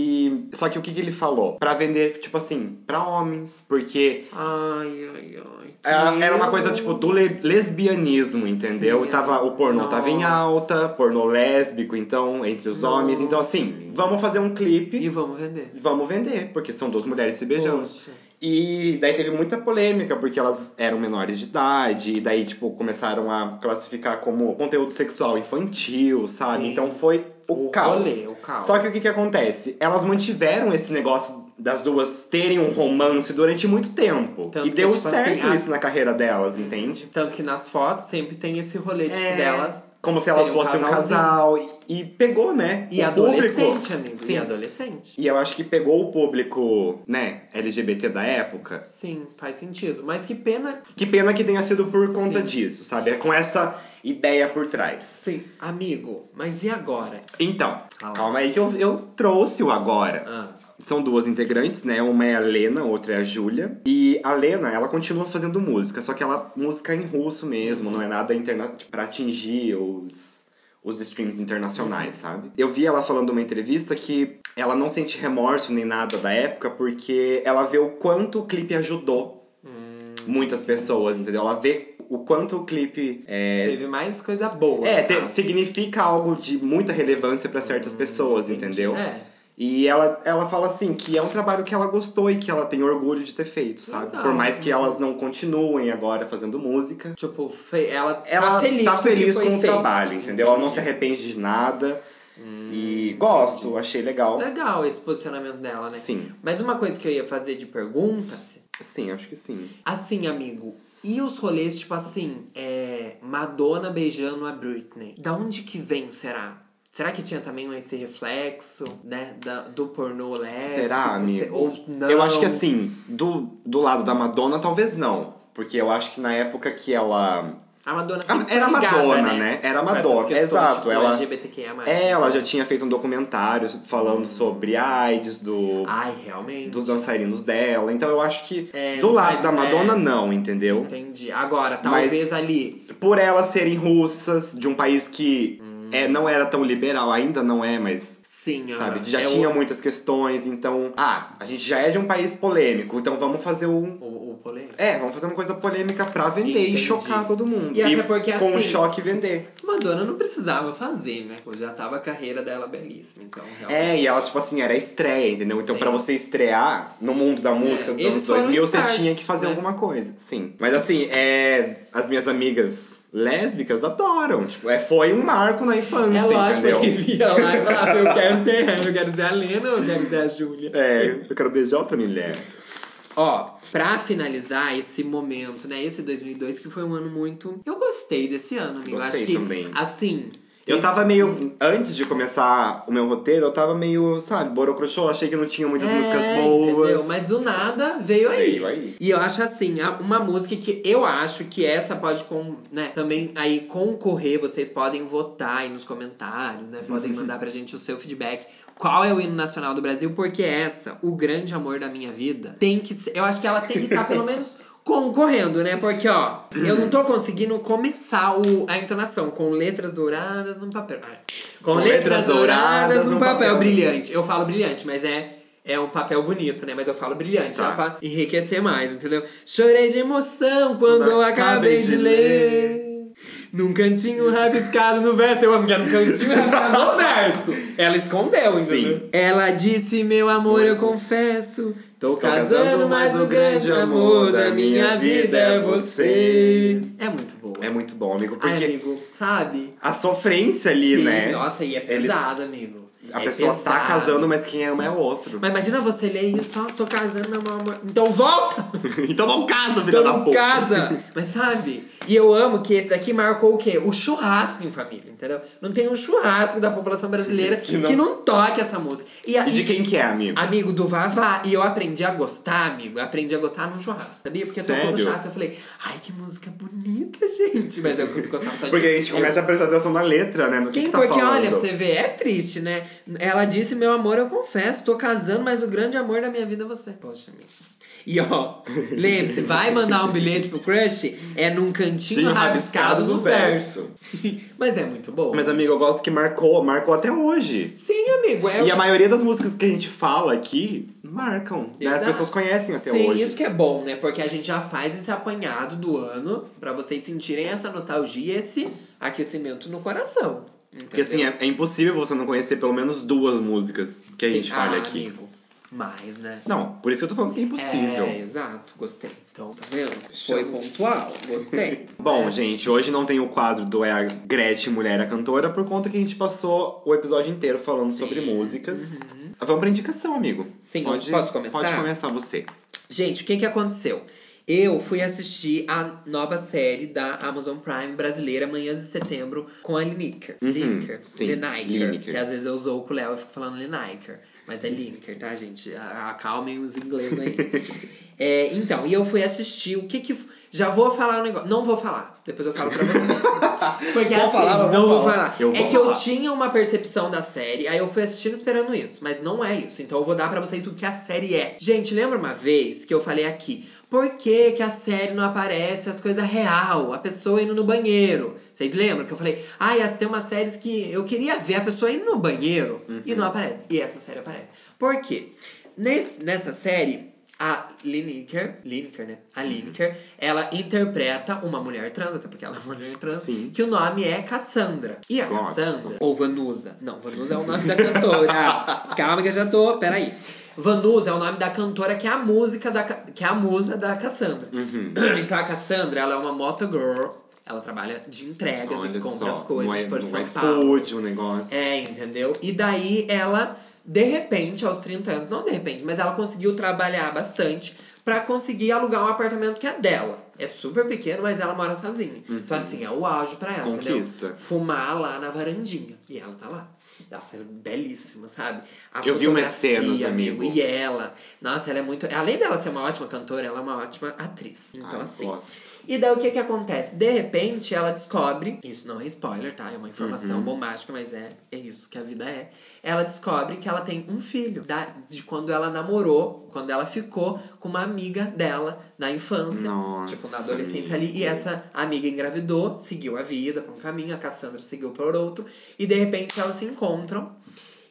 Só que o que, que ele falou? Pra vender, tipo assim, pra homens, porque
Ai, ai, ai.
Era,
que
era uma coisa,
eu-
tipo, do le- lesbianismo, entendeu?
Sim,
tava, o pornô tava em
nossa.
alta, pornô lésbico, então, entre os homens. Então, assim,
Nossa.
vamos fazer um clipe
E vamos vender.
e vamos vender, porque são duas mulheres se beijando.
Poxa.
E daí teve muita polêmica, porque elas eram menores de idade, e daí, tipo, começaram a classificar como conteúdo sexual infantil, sabe?
Sim.
Então foi o, caos.
rolê, o caos.
Só que o que, que acontece? Elas mantiveram esse negócio das duas terem um romance durante muito tempo.
Tanto
e
que,
deu
tipo
certo
assim, a-
isso na carreira delas, entende?
Tanto que nas fotos sempre tem esse rolê, tipo,
É,
delas.
Como se elas
Sim, um
fossem um casal.
casalzinho.
E, e pegou, né?
E
o
adolescente,
público.
amigo.
Sim.
E adolescente.
E eu acho que pegou o público, né, LGBT da época.
Sim, faz sentido. Mas que pena.
Que pena que tenha sido por conta
Sim.
disso, sabe? É com essa ideia por trás.
Sim, amigo, mas e agora?
Então,
Calma.
calma aí que eu, eu trouxe o agora.
Ah,
São duas integrantes, né? Uma é a Lena, outra é a Júlia. E a Lena, ela continua fazendo música, só que ela música em russo mesmo, não é nada interna para atingir os os streams internacionais, sabe? Eu vi ela falando numa entrevista que ela não sente remorso nem nada da época porque ela vê o quanto o clipe ajudou
hum,
muitas pessoas, entendeu? Ela vê o quanto o clipe é,
Teve mais coisa boa. Ah,
é,
no
te-
caso.
significa algo de muita relevância pra certas pessoas,
Entendi.
entendeu?
É.
E ela, ela fala assim que é um trabalho que ela gostou e que ela tem orgulho de ter feito, sabe?
Legal.
Por mais que elas não continuem agora fazendo música.
Tipo, fe- ela,
Ela
tá feliz,
tá
com o que
feliz
foi
com o
feito.
trabalho, entendeu? Ela não se
Entendi.
arrepende de nada.
Hum,
e gosto, achei legal.
Legal esse posicionamento dela, né?
Sim,
Mas uma coisa que eu ia fazer de perguntas,
sim, acho que sim.
assim, amigo, E os rolês, tipo assim, é, Madonna beijando a Britney. Da onde que vem, será? Será que tinha também um esse reflexo, né, da- do pornô lésbico?
Será,
Não sei,
amigo?
Ou não?
Eu acho que assim, do, do lado da Madonna, talvez não. Porque eu acho que na época que ela.
A Madonna
Ah,
sempre
era
foi ligada,
Madonna, né? Era
Com
Madonna,
essas questões,
exato,
Tipo,
ela-
LGBTQIA+.
É, ela já tinha feito um documentário falando sobre a AIDS, do,
Ai, realmente.
dos dançarinos dela. Então eu acho que
É,
do
não
lado
faz-
da Madonna,
é.
não, entendeu?
Entendi. Agora,
Mas-
talvez ali...
Por elas serem russas, de um país que
Hum.
é, não era tão liberal, ainda não é, mas
Sim,
sabe?
aham.
Já
É
tinha
o,
muitas questões, então, ah, a gente já é de um país polêmico, então vamos fazer um.
o, o polêmico.
É, vamos fazer uma coisa polêmica pra vender e
Entendi.
chocar todo mundo.
E até porque,
com o
assim,
choque vender.
Madonna não precisava fazer, né? Pô, Já tava a carreira dela belíssima, então realmente...
É, e ela, tipo assim, era a estreia, entendeu? Então,
Sim. É,
pra você estrear no mundo da música dos
eles
anos
foram
2000, você
stars,
tinha que fazer
né?
alguma coisa, sim. Mas, assim, é, as minhas amigas lésbicas adoram. Tipo, é, foi um marco na infância,
É lógico
entendeu?
que via lá e falava, eu quero ser ela, eu quero ser a Lena, eu quero ser a Júlia.
É, eu quero beijar outra mulher.
Ó, pra finalizar esse momento, né? Esse 2002 que foi um ano muito... Eu gostei desse ano, amigo.
Gostei
Acho que, hum.
também.
assim...
Eu
teve-
tava meio. Antes de começar o meu roteiro, eu tava meio, sabe, borocochô, achei que não tinha muitas
É,
músicas boas.
Entendeu? Mas do nada veio aí.
Veio aí.
E eu acho assim, a- uma música que eu acho que essa pode com, né, também aí concorrer, vocês podem votar aí nos comentários, né? Podem mandar pra gente o seu feedback. Qual é o hino nacional do Brasil? Porque essa, o grande amor da minha vida, tem que ser, eu acho que ela tem que estar pelo menos concorrendo, né? Porque ó, eu não tô conseguindo começar o- a entonação com letras douradas no papel. Ai. Com,
Com
letras
letras
douradas
douradas
num
num
papel,
papel.
brilhante. Eu falo brilhante, mas é, é um papel bonito, né? Mas eu falo brilhante,
Tá.
já pra enriquecer mais, entendeu? Chorei de emoção quando eu acabei de ler. Num cantinho rabiscado no verso. Eu amo que era um cantinho rabiscado no verso. Ela escondeu, entendeu?
Sim.
Ela disse, meu amor, eu confesso. Tô
Estou
casando, mas o grande amor da minha vida é você. É muito boa.
É muito bom, amigo,
Ai,
porque
amigo, sabe?
a sofrência ali,
Sim,
né?
Nossa, e é
Ele-
pesado, amigo.
A
É
pessoa tá
pesado.
casando, mas quem ama é o outro.
Mas imagina você ler isso, ó, tô casando, meu amor. Então volta!
então não casa, filha
Então
da
não
puta.
casa! Mas sabe? E eu amo que esse daqui marcou o quê? O churrasco em família, entendeu? Não tem um churrasco da população brasileira que
Que
não,
não-
toque essa música. E, a-
E de
e-
quem que é, amigo?
Amigo do Vavá, e eu aprendi a gostar, amigo. Eu aprendi a gostar num churrasco, sabia? Porque tocou no
Sério?
churrasco eu falei, ai, que música bonita, gente. Mas eu gostava só de
Porque a gente
eu-
começa a prestar atenção na letra, né? No que
Ah, Sim,
que tá
porque
falando.
olha, pra você ver, é triste, né? Ela disse, meu amor, eu confesso, tô casando, mas o grande amor da minha vida é você. Poxa, amigo. E ó, lembre-se, vai mandar um bilhete pro crush, é num cantinho
Tinha
rabiscado do verso. mas é muito bom.
Mas, amigo, eu gosto que marcou, marcou até hoje.
Sim, amigo, é o
E
que-
a maioria das músicas que a gente fala aqui marcam, né? As
Exato.
pessoas conhecem até
Sim,
hoje.
isso que é bom, né? Porque a gente já faz esse apanhado do ano pra vocês sentirem essa nostalgia, esse aquecimento no coração.
Porque assim, é, é impossível você não conhecer pelo menos duas músicas que a gente fala aqui.
Ah, Amigo, mas, né?
Não, por isso que eu tô falando que é impossível.
É, exato, gostei. Então, tá vendo? Foi pontual, gostei.
Bom,
É.
gente, hoje não tem o quadro do É a Gretchen Mulher a Cantora, por conta que a gente passou o episódio inteiro falando sobre músicas.
Uhum.
Vamos pra indicação, amigo.
Sim, posso começar?
Pode começar você.
Gente, o que que aconteceu? Eu fui assistir a nova série da Amazon Prime brasileira, Manhãs de Setembro, com a Lineker.
Uhum,
Lineker.
sim,
Lineker.
Lineker.
Que às vezes eu usou com o Léo e fico falando Lineker. Mas é Lineker, tá, gente? A- Acalmem os ingleses aí. É, então, e eu fui assistir. O que que. f- Já vou falar um negócio. Não vou falar. Depois eu falo pra vocês. Porque
Vou
assim,
falar, mas
não
vou
vou
falar.
falar.
Eu
é
vou
que eu
falar.
tinha uma percepção da série, aí eu fui assistindo esperando isso, mas não é isso. Então eu vou dar pra vocês o que a série é. Gente, lembra uma vez que eu falei aqui, por que, que a série não aparece as coisas real, a pessoa indo no banheiro? Vocês lembram que eu falei, ah, ia ter umas séries que eu queria ver a pessoa indo no banheiro
Uhum.
e não aparece. E essa série aparece. Por quê? Nesse- nessa série, a Lineker, Lineker, né?
Uhum.
A Lineker, ela interpreta uma mulher trans, até porque ela é uma mulher trans,
Sim.
que o nome é Cassandra. E a
Gosto.
Cassandra, ou Vanusa, não, Vanusa é o nome da cantora. Ah, Calma que eu já tô, peraí. Vanusa é o nome da cantora que é a música da Ca- que é a musa da Cassandra.
Uhum.
Então a Cassandra, ela é uma moto girl, ela trabalha de entregas e
Olha
compra as
só, é,
coisas
no,
por
no
São Paulo.
iFood, um negócio.
É, entendeu? E daí ela, de repente, aos 30 anos, não de repente, mas ela conseguiu trabalhar bastante pra conseguir alugar um apartamento que é dela. é super pequeno, mas ela mora sozinha. Então,
Uhum.
assim, é o auge pra ela,
Conquista.
entendeu? Fumar lá na varandinha. E ela tá lá. Nossa, ela é belíssima, sabe? A
Eu vi umas
fotografia,
cenas, amigo.
E ela. Nossa, ela é muito. Além dela ser uma ótima cantora, ela é uma ótima atriz. Então,
Ai,
assim.
Ah, gosto.
E daí o que que acontece? De repente ela descobre, isso não é spoiler, tá? É uma informação
Uhum.
bombástica, mas é, é isso que a vida é. Ela descobre que ela tem um filho da- de quando ela namorou, quando ela ficou com uma amiga dela na infância,
Nossa,
tipo na adolescência
amigo.
ali, e essa amiga engravidou, seguiu a vida por um caminho, a Cassandra seguiu por outro, e de repente elas se encontram.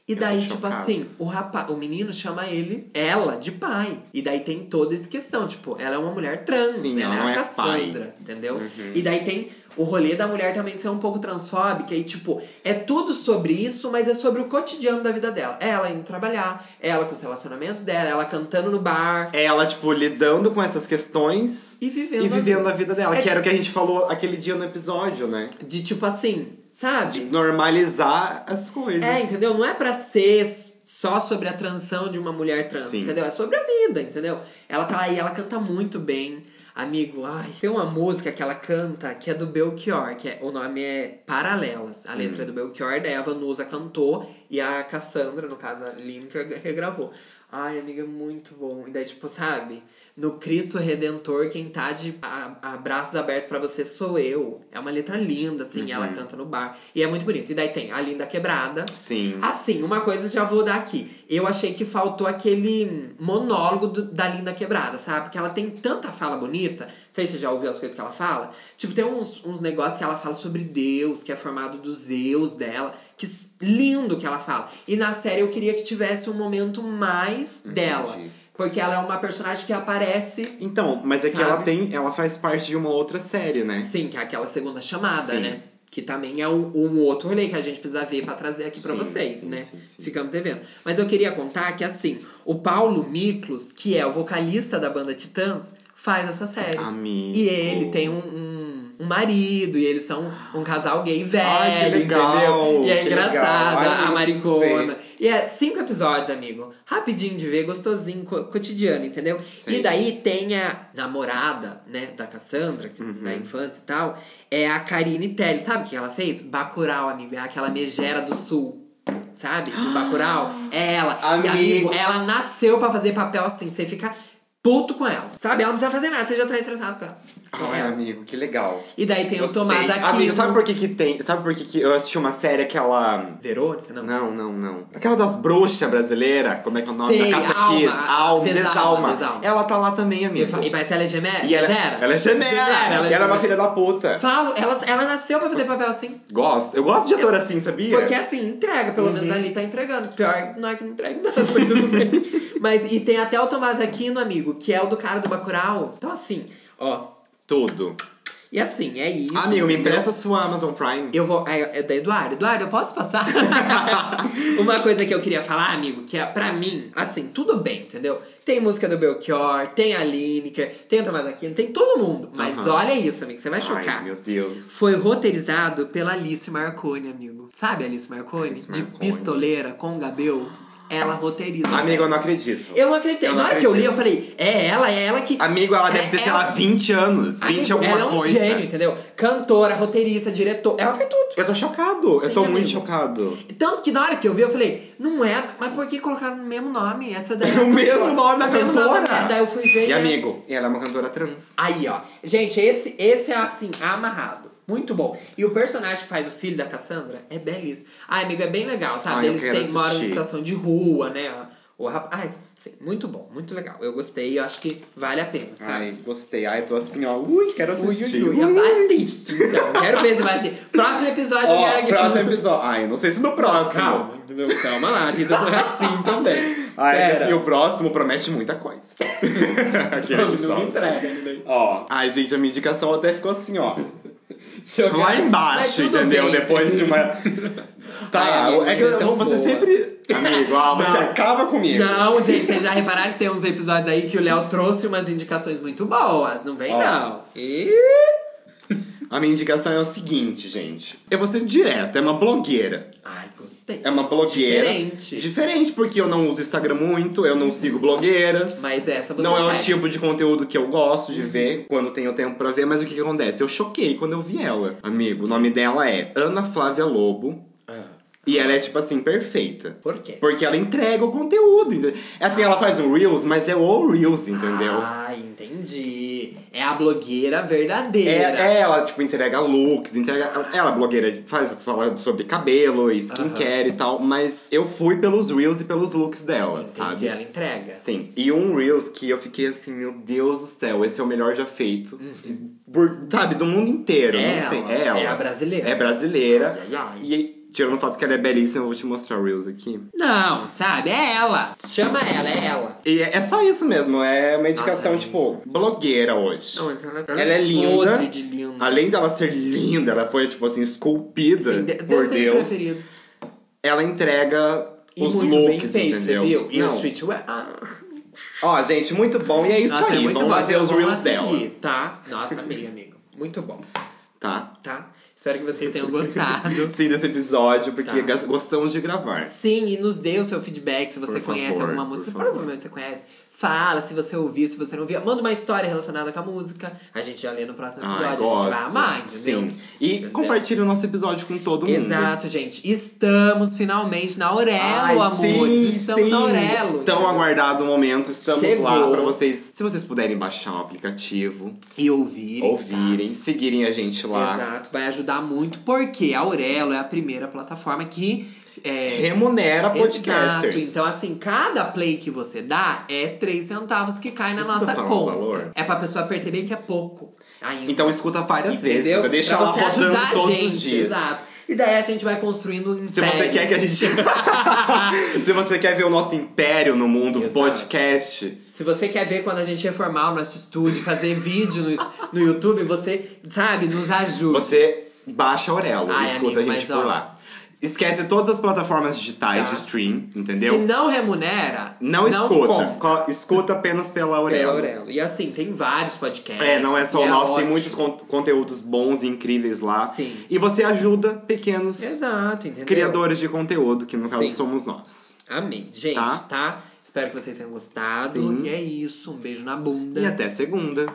E
Eu tô
daí, tipo
chocado.
assim, o rapaz, o menino chama ele, ela, de pai. E daí tem toda essa questão, tipo, ela é uma mulher trans,
Sim,
né?
ela
ela é
não
a
é
Cassandra, entendeu?
Uhum.
E daí tem o rolê da mulher também ser um pouco transfóbica e, tipo, é tudo sobre isso, mas é sobre o cotidiano da vida dela. É Ela indo trabalhar, é ela com os relacionamentos dela, é ela cantando no bar
Ela, tipo, lidando com essas questões
e vivendo,
e
a
vivendo
vida.
a vida dela,
É
que era o que a gente falou aquele dia no episódio, né?
De tipo assim, sabe?
De normalizar as coisas.
É, entendeu? Não é pra ser só sobre a transição de uma mulher trans,
Sim.
entendeu? É sobre a vida, entendeu? Ela tá aí, ela canta muito bem. Amigo, ai, tem uma música que ela canta que é do Belchior, que é, o nome é Paralelas. A letra é do Belchior, daí a Vanusa cantou e a Cassandra, no caso a Lineker, regravou. Ai, amiga, é muito bom. E daí, tipo, sabe? No Cristo Redentor, quem tá de a, a braços abertos pra você sou eu. É uma letra linda, assim, e ela
Uhum.
canta no bar. E é muito bonito. E daí tem a Linda Quebrada,
Sim.
Assim, uma coisa já vou dar aqui. Eu achei que faltou aquele monólogo do- da Linda Quebrada, sabe? Porque ela tem tanta fala bonita. Não sei se você já ouviu as coisas que ela fala. Tipo, tem uns, uns negócios que ela fala sobre Deus, que é formado dos eus dela. Que s- lindo que ela fala. E na série eu queria que tivesse um momento mais dela.
Entendi.
Porque ela é uma personagem que aparece.
Então, mas é que
Sabe?
ela tem. Ela faz parte de uma outra série, né?
Sim, que é aquela segunda chamada,
Sim.
né? Que também é um, um outro rolê que a gente precisa ver pra trazer aqui pra
Sim,
vocês,
sim,
né?
sim, sim.
Ficamos devendo. Mas eu queria contar que, assim, o Paulo Miklos, que é o vocalista da banda Titãs, faz essa série.
Amigo.
E ele tem um, um, um marido, e eles são um casal gay velho,
Ai, que legal,
entendeu? E é
que legal.
engraçada
Ai,
a
eu preciso
maricona. E é cinco episódios, amigo. Rapidinho de ver, gostosinho, co- cotidiano, entendeu?
Sei.
E daí tem a namorada, né, da Cassandra, que-
Uhum.
da infância e tal, é a Karine Telly. Sabe o que ela fez? Bacurau, amigo. É aquela megera do sul. Sabe? Do Bacurau. É ela. E,
Amigo.
amigo, ela nasceu pra fazer papel assim, que você fica puto com ela. Sabe? Ela não precisa fazer nada, você já tá estressado com ela. Com
Ai,
ela.
Ah, amigo, que legal.
E daí tem o
é. Gostei.
Tomás aqui.
Amigo, sabe por que que tem. Sabe por que que eu assisti uma série aquela.
Verônica, não.
Não, não, não. Aquela das bruxas brasileiras, como é que é o nome?
Sei,
da Caça
Alma.
Kiss. Alma,
Desalma,
desalma.
Desalma.
Ela tá lá também,
E,
amigo.
fa- e parece ela é gemela?
E ela,
Gera?
ela é gemela.
Gemela, ela é
e ela é uma
gemela.
filha da puta.
Falo, ela, ela nasceu pra fazer papel assim.
Gosto. Eu gosto de ator assim, sabia?
Porque assim, entrega, pelo
Uhum.
menos ali tá entregando. Pior não é que não entrega nada, mas tudo bem. Mas, e tem até o Tomás Aquino, amigo, que é o do cara do Bacurau. Então assim, ó.
Tudo.
E assim, é isso.
amigo, me
entendeu?
empresta sua Amazon Prime.
Eu vou. É, é da Eduardo. Eduardo, eu posso passar? Uma coisa que eu queria falar, amigo, que é pra mim, assim, tudo bem, entendeu? Tem música do Belchior, tem a Lineker, tem o Tomás Aquino, tem todo mundo. Mas
Aham.
olha isso, amigo, você vai chocar.
Ai, meu Deus.
Foi roteirizado pela Alice Marconi, amigo. Sabe a Alice Marconi?
Alice
De
Marconi.
pistoleira com Gabel. Ela roteiriza.
Amigo, eu não acredito.
eu não acreditei.
eu não
Na hora que eu li,
acredito.
eu falei, é ela, é ela que.
Amigo, ela
É
deve ter, sei
ela.
lá, 20 anos. 20
Amigo,
alguma
ela é um
coisa.
gênio, entendeu? Cantora, roteirista, diretor. Ela fez tudo.
Eu tô chocado. eu
Sim,
tô muito
amigo.
chocado.
Tanto que na hora que eu vi, eu falei, não é, mas por que colocaram o mesmo nome? Essa daí. é a
O mesmo
cantora.
nome da
O mesmo nome
cantora?
da- Daí eu fui ver.
E
é-
amigo, ela é uma cantora trans.
Aí, ó. Gente, esse, esse é assim, amarrado. Muito bom. E o personagem que faz o filho da Cassandra é belíssimo. Ai, amigo, é bem legal, sabe?
Ai, eu
Eles
quero
têm, moram em
assistir.
situação de rua, né? O rapaz. Ai, sim, muito bom, muito legal. Eu gostei e eu acho que vale a pena, tá? sabe?
Ai, gostei. Ai, tô assim, ó. Ui, quero
Ui,
assistir.
ui, ui, assiste, então. Quero ver se vai assistir. Próximo episódio eu quero
Ó,
um que
próximo episódio. Ai, não sei se no próximo.
Calma, entendeu? calma lá, a vida não é assim também.
Ai, é que
Pera.
assim, o próximo promete muita coisa. Aquele
Não, não
episódio.
entrega, né?
Ó, ai, gente, a minha indicação até ficou assim, ó.
Deixa eu
Lá
ver. Mas
embaixo,
tudo
entendeu?
bem,
Depois de uma. Tá,
Ai, amigo,
é que
mas é tão
você
boa.
sempre. Amigo, ah, você
Não.
acaba comigo.
Não, gente, vocês já repararam que tem uns episódios aí que o Léo trouxe umas indicações muito boas. Não vem,
Ó.
não. E...
A minha indicação é o seguinte, gente. Eu vou ser direto, é uma blogueira.
Ai, Gostei.
É uma blogueira.
Diferente. Uhum.
Diferente, porque eu não uso Instagram muito, eu não sigo blogueiras.
Mas essa você Uhum.
não é o
vai.
tipo de conteúdo que eu gosto de ver quando tenho tempo pra ver, mas o que, que acontece? Eu choquei quando eu vi ela. Amigo, o nome dela é Ana Flávia Lobo.
Ah,
E ela é, tipo assim, perfeita.
por quê?
Porque ela entrega o conteúdo. entende? É Assim, ela faz um Reels, mas é o Reels, entendeu?
Ah, entendi. É a blogueira verdadeira.
É, é, ela, tipo, entrega looks, entrega. Ela, é blogueira, faz falar sobre cabelo, skincare e tal, mas eu fui pelos reels e pelos looks dela,
entendi,
sabe?
ela entrega.
Sim. E um reels que eu fiquei assim, meu Deus do céu, esse é o melhor já feito. Por- sabe, do mundo inteiro.
Uhum. É
não tem-
ela,
é ela.
é a brasileira.
É brasileira.
Ai, ai, ai.
E tirando o fato que ela é belíssima, eu vou te mostrar o reels aqui.
Não, sabe? É ela. Chama ela, é ela.
E é é só isso mesmo, é uma indicação,
Nossa,
tipo, blogueira hoje.
Não, mas ela,
Ela é linda.
podre de linda.
Além dela ser linda, ela foi, tipo assim, esculpida
Sim, de-
por
desenhos
Deus.
preferidos.
Ela entrega
E
os
muito bem
looks,
feito,
entendeu?
você viu? E o
Não.
streetwear. Ah.
Ó, gente, muito bom. E é isso
Nossa, é
aí.
muito
Vamos lá
bom,
ver os
vamos
reels
lá
dela,
seguir, Tá? Nossa, amei, amigo. Muito bom,
tá?
tá? Espero que vocês tenham gostado.
Sim, desse episódio, porque
Tá.
gostamos de gravar.
Sim, e nos dê o seu feedback se você
Por
conhece
favor,
alguma
por
música.
favor.
Provavelmente você conhece. Fala se você ouviu, se você não viu. Manda uma história relacionada com a música. A gente já lê no próximo episódio.
Ai,
a gente
gosto.
vai amar, entendeu?
Sim. E
Entendeu?
compartilha o nosso episódio com todo mundo.
Exato, gente. Estamos finalmente na Aurelo,
Ai,
amor.
sim,
Estamos
sim.
na Aurelo.
Tão
entendeu?
aguardado o momento. Estamos lá
Chegou.
pra vocês. Se vocês puderem baixar o aplicativo,
E ouvirem.
ouvirem, seguirem a gente lá.
tá. Exato, vai ajudar muito, porque a Aurelo é a primeira plataforma que. É,
remunera
Exato.
podcasters.
Então, assim, cada play que você dá é 3 centavos que cai na
Isso
nossa
tá falando
conta.
valor?
É pra pessoa perceber que é pouco ainda.
Então escuta várias
entendeu?
vezes, deixa
pra
ela
você
rodando
ajudar a
todos
gente,
os dias.
Exato. E daí a gente vai construindo em
Se você quer que a gente. Se você quer ver o nosso império no mundo
Exato.
podcast,
Se você quer ver quando a gente reformar o nosso estúdio, fazer vídeo no, no YouTube, você, sabe, nos ajude.
você baixa a Aurelo
Ai,
e escuta
amigo,
a gente
mas,
por
ó.
lá. Esquece todas as plataformas digitais
Tá.
de stream,
Se
entendeu?
não remunera,
não, escuta.
compra.
Co- Escuta apenas pela
É,
Aurelo.
Aurelo. E assim, tem vários podcasts.
É, não é só
e
o nosso, tem
ótimo.
muitos con- conteúdos bons e incríveis lá.
Sim.
E você ajuda pequenos
Exato, entendeu?
criadores de conteúdo, que no caso
Sim.
somos nós.
Amém. Gente,
Tá?
tá? Espero que vocês tenham gostado.
Sim.
E é isso. Um beijo na bunda.
E até segunda.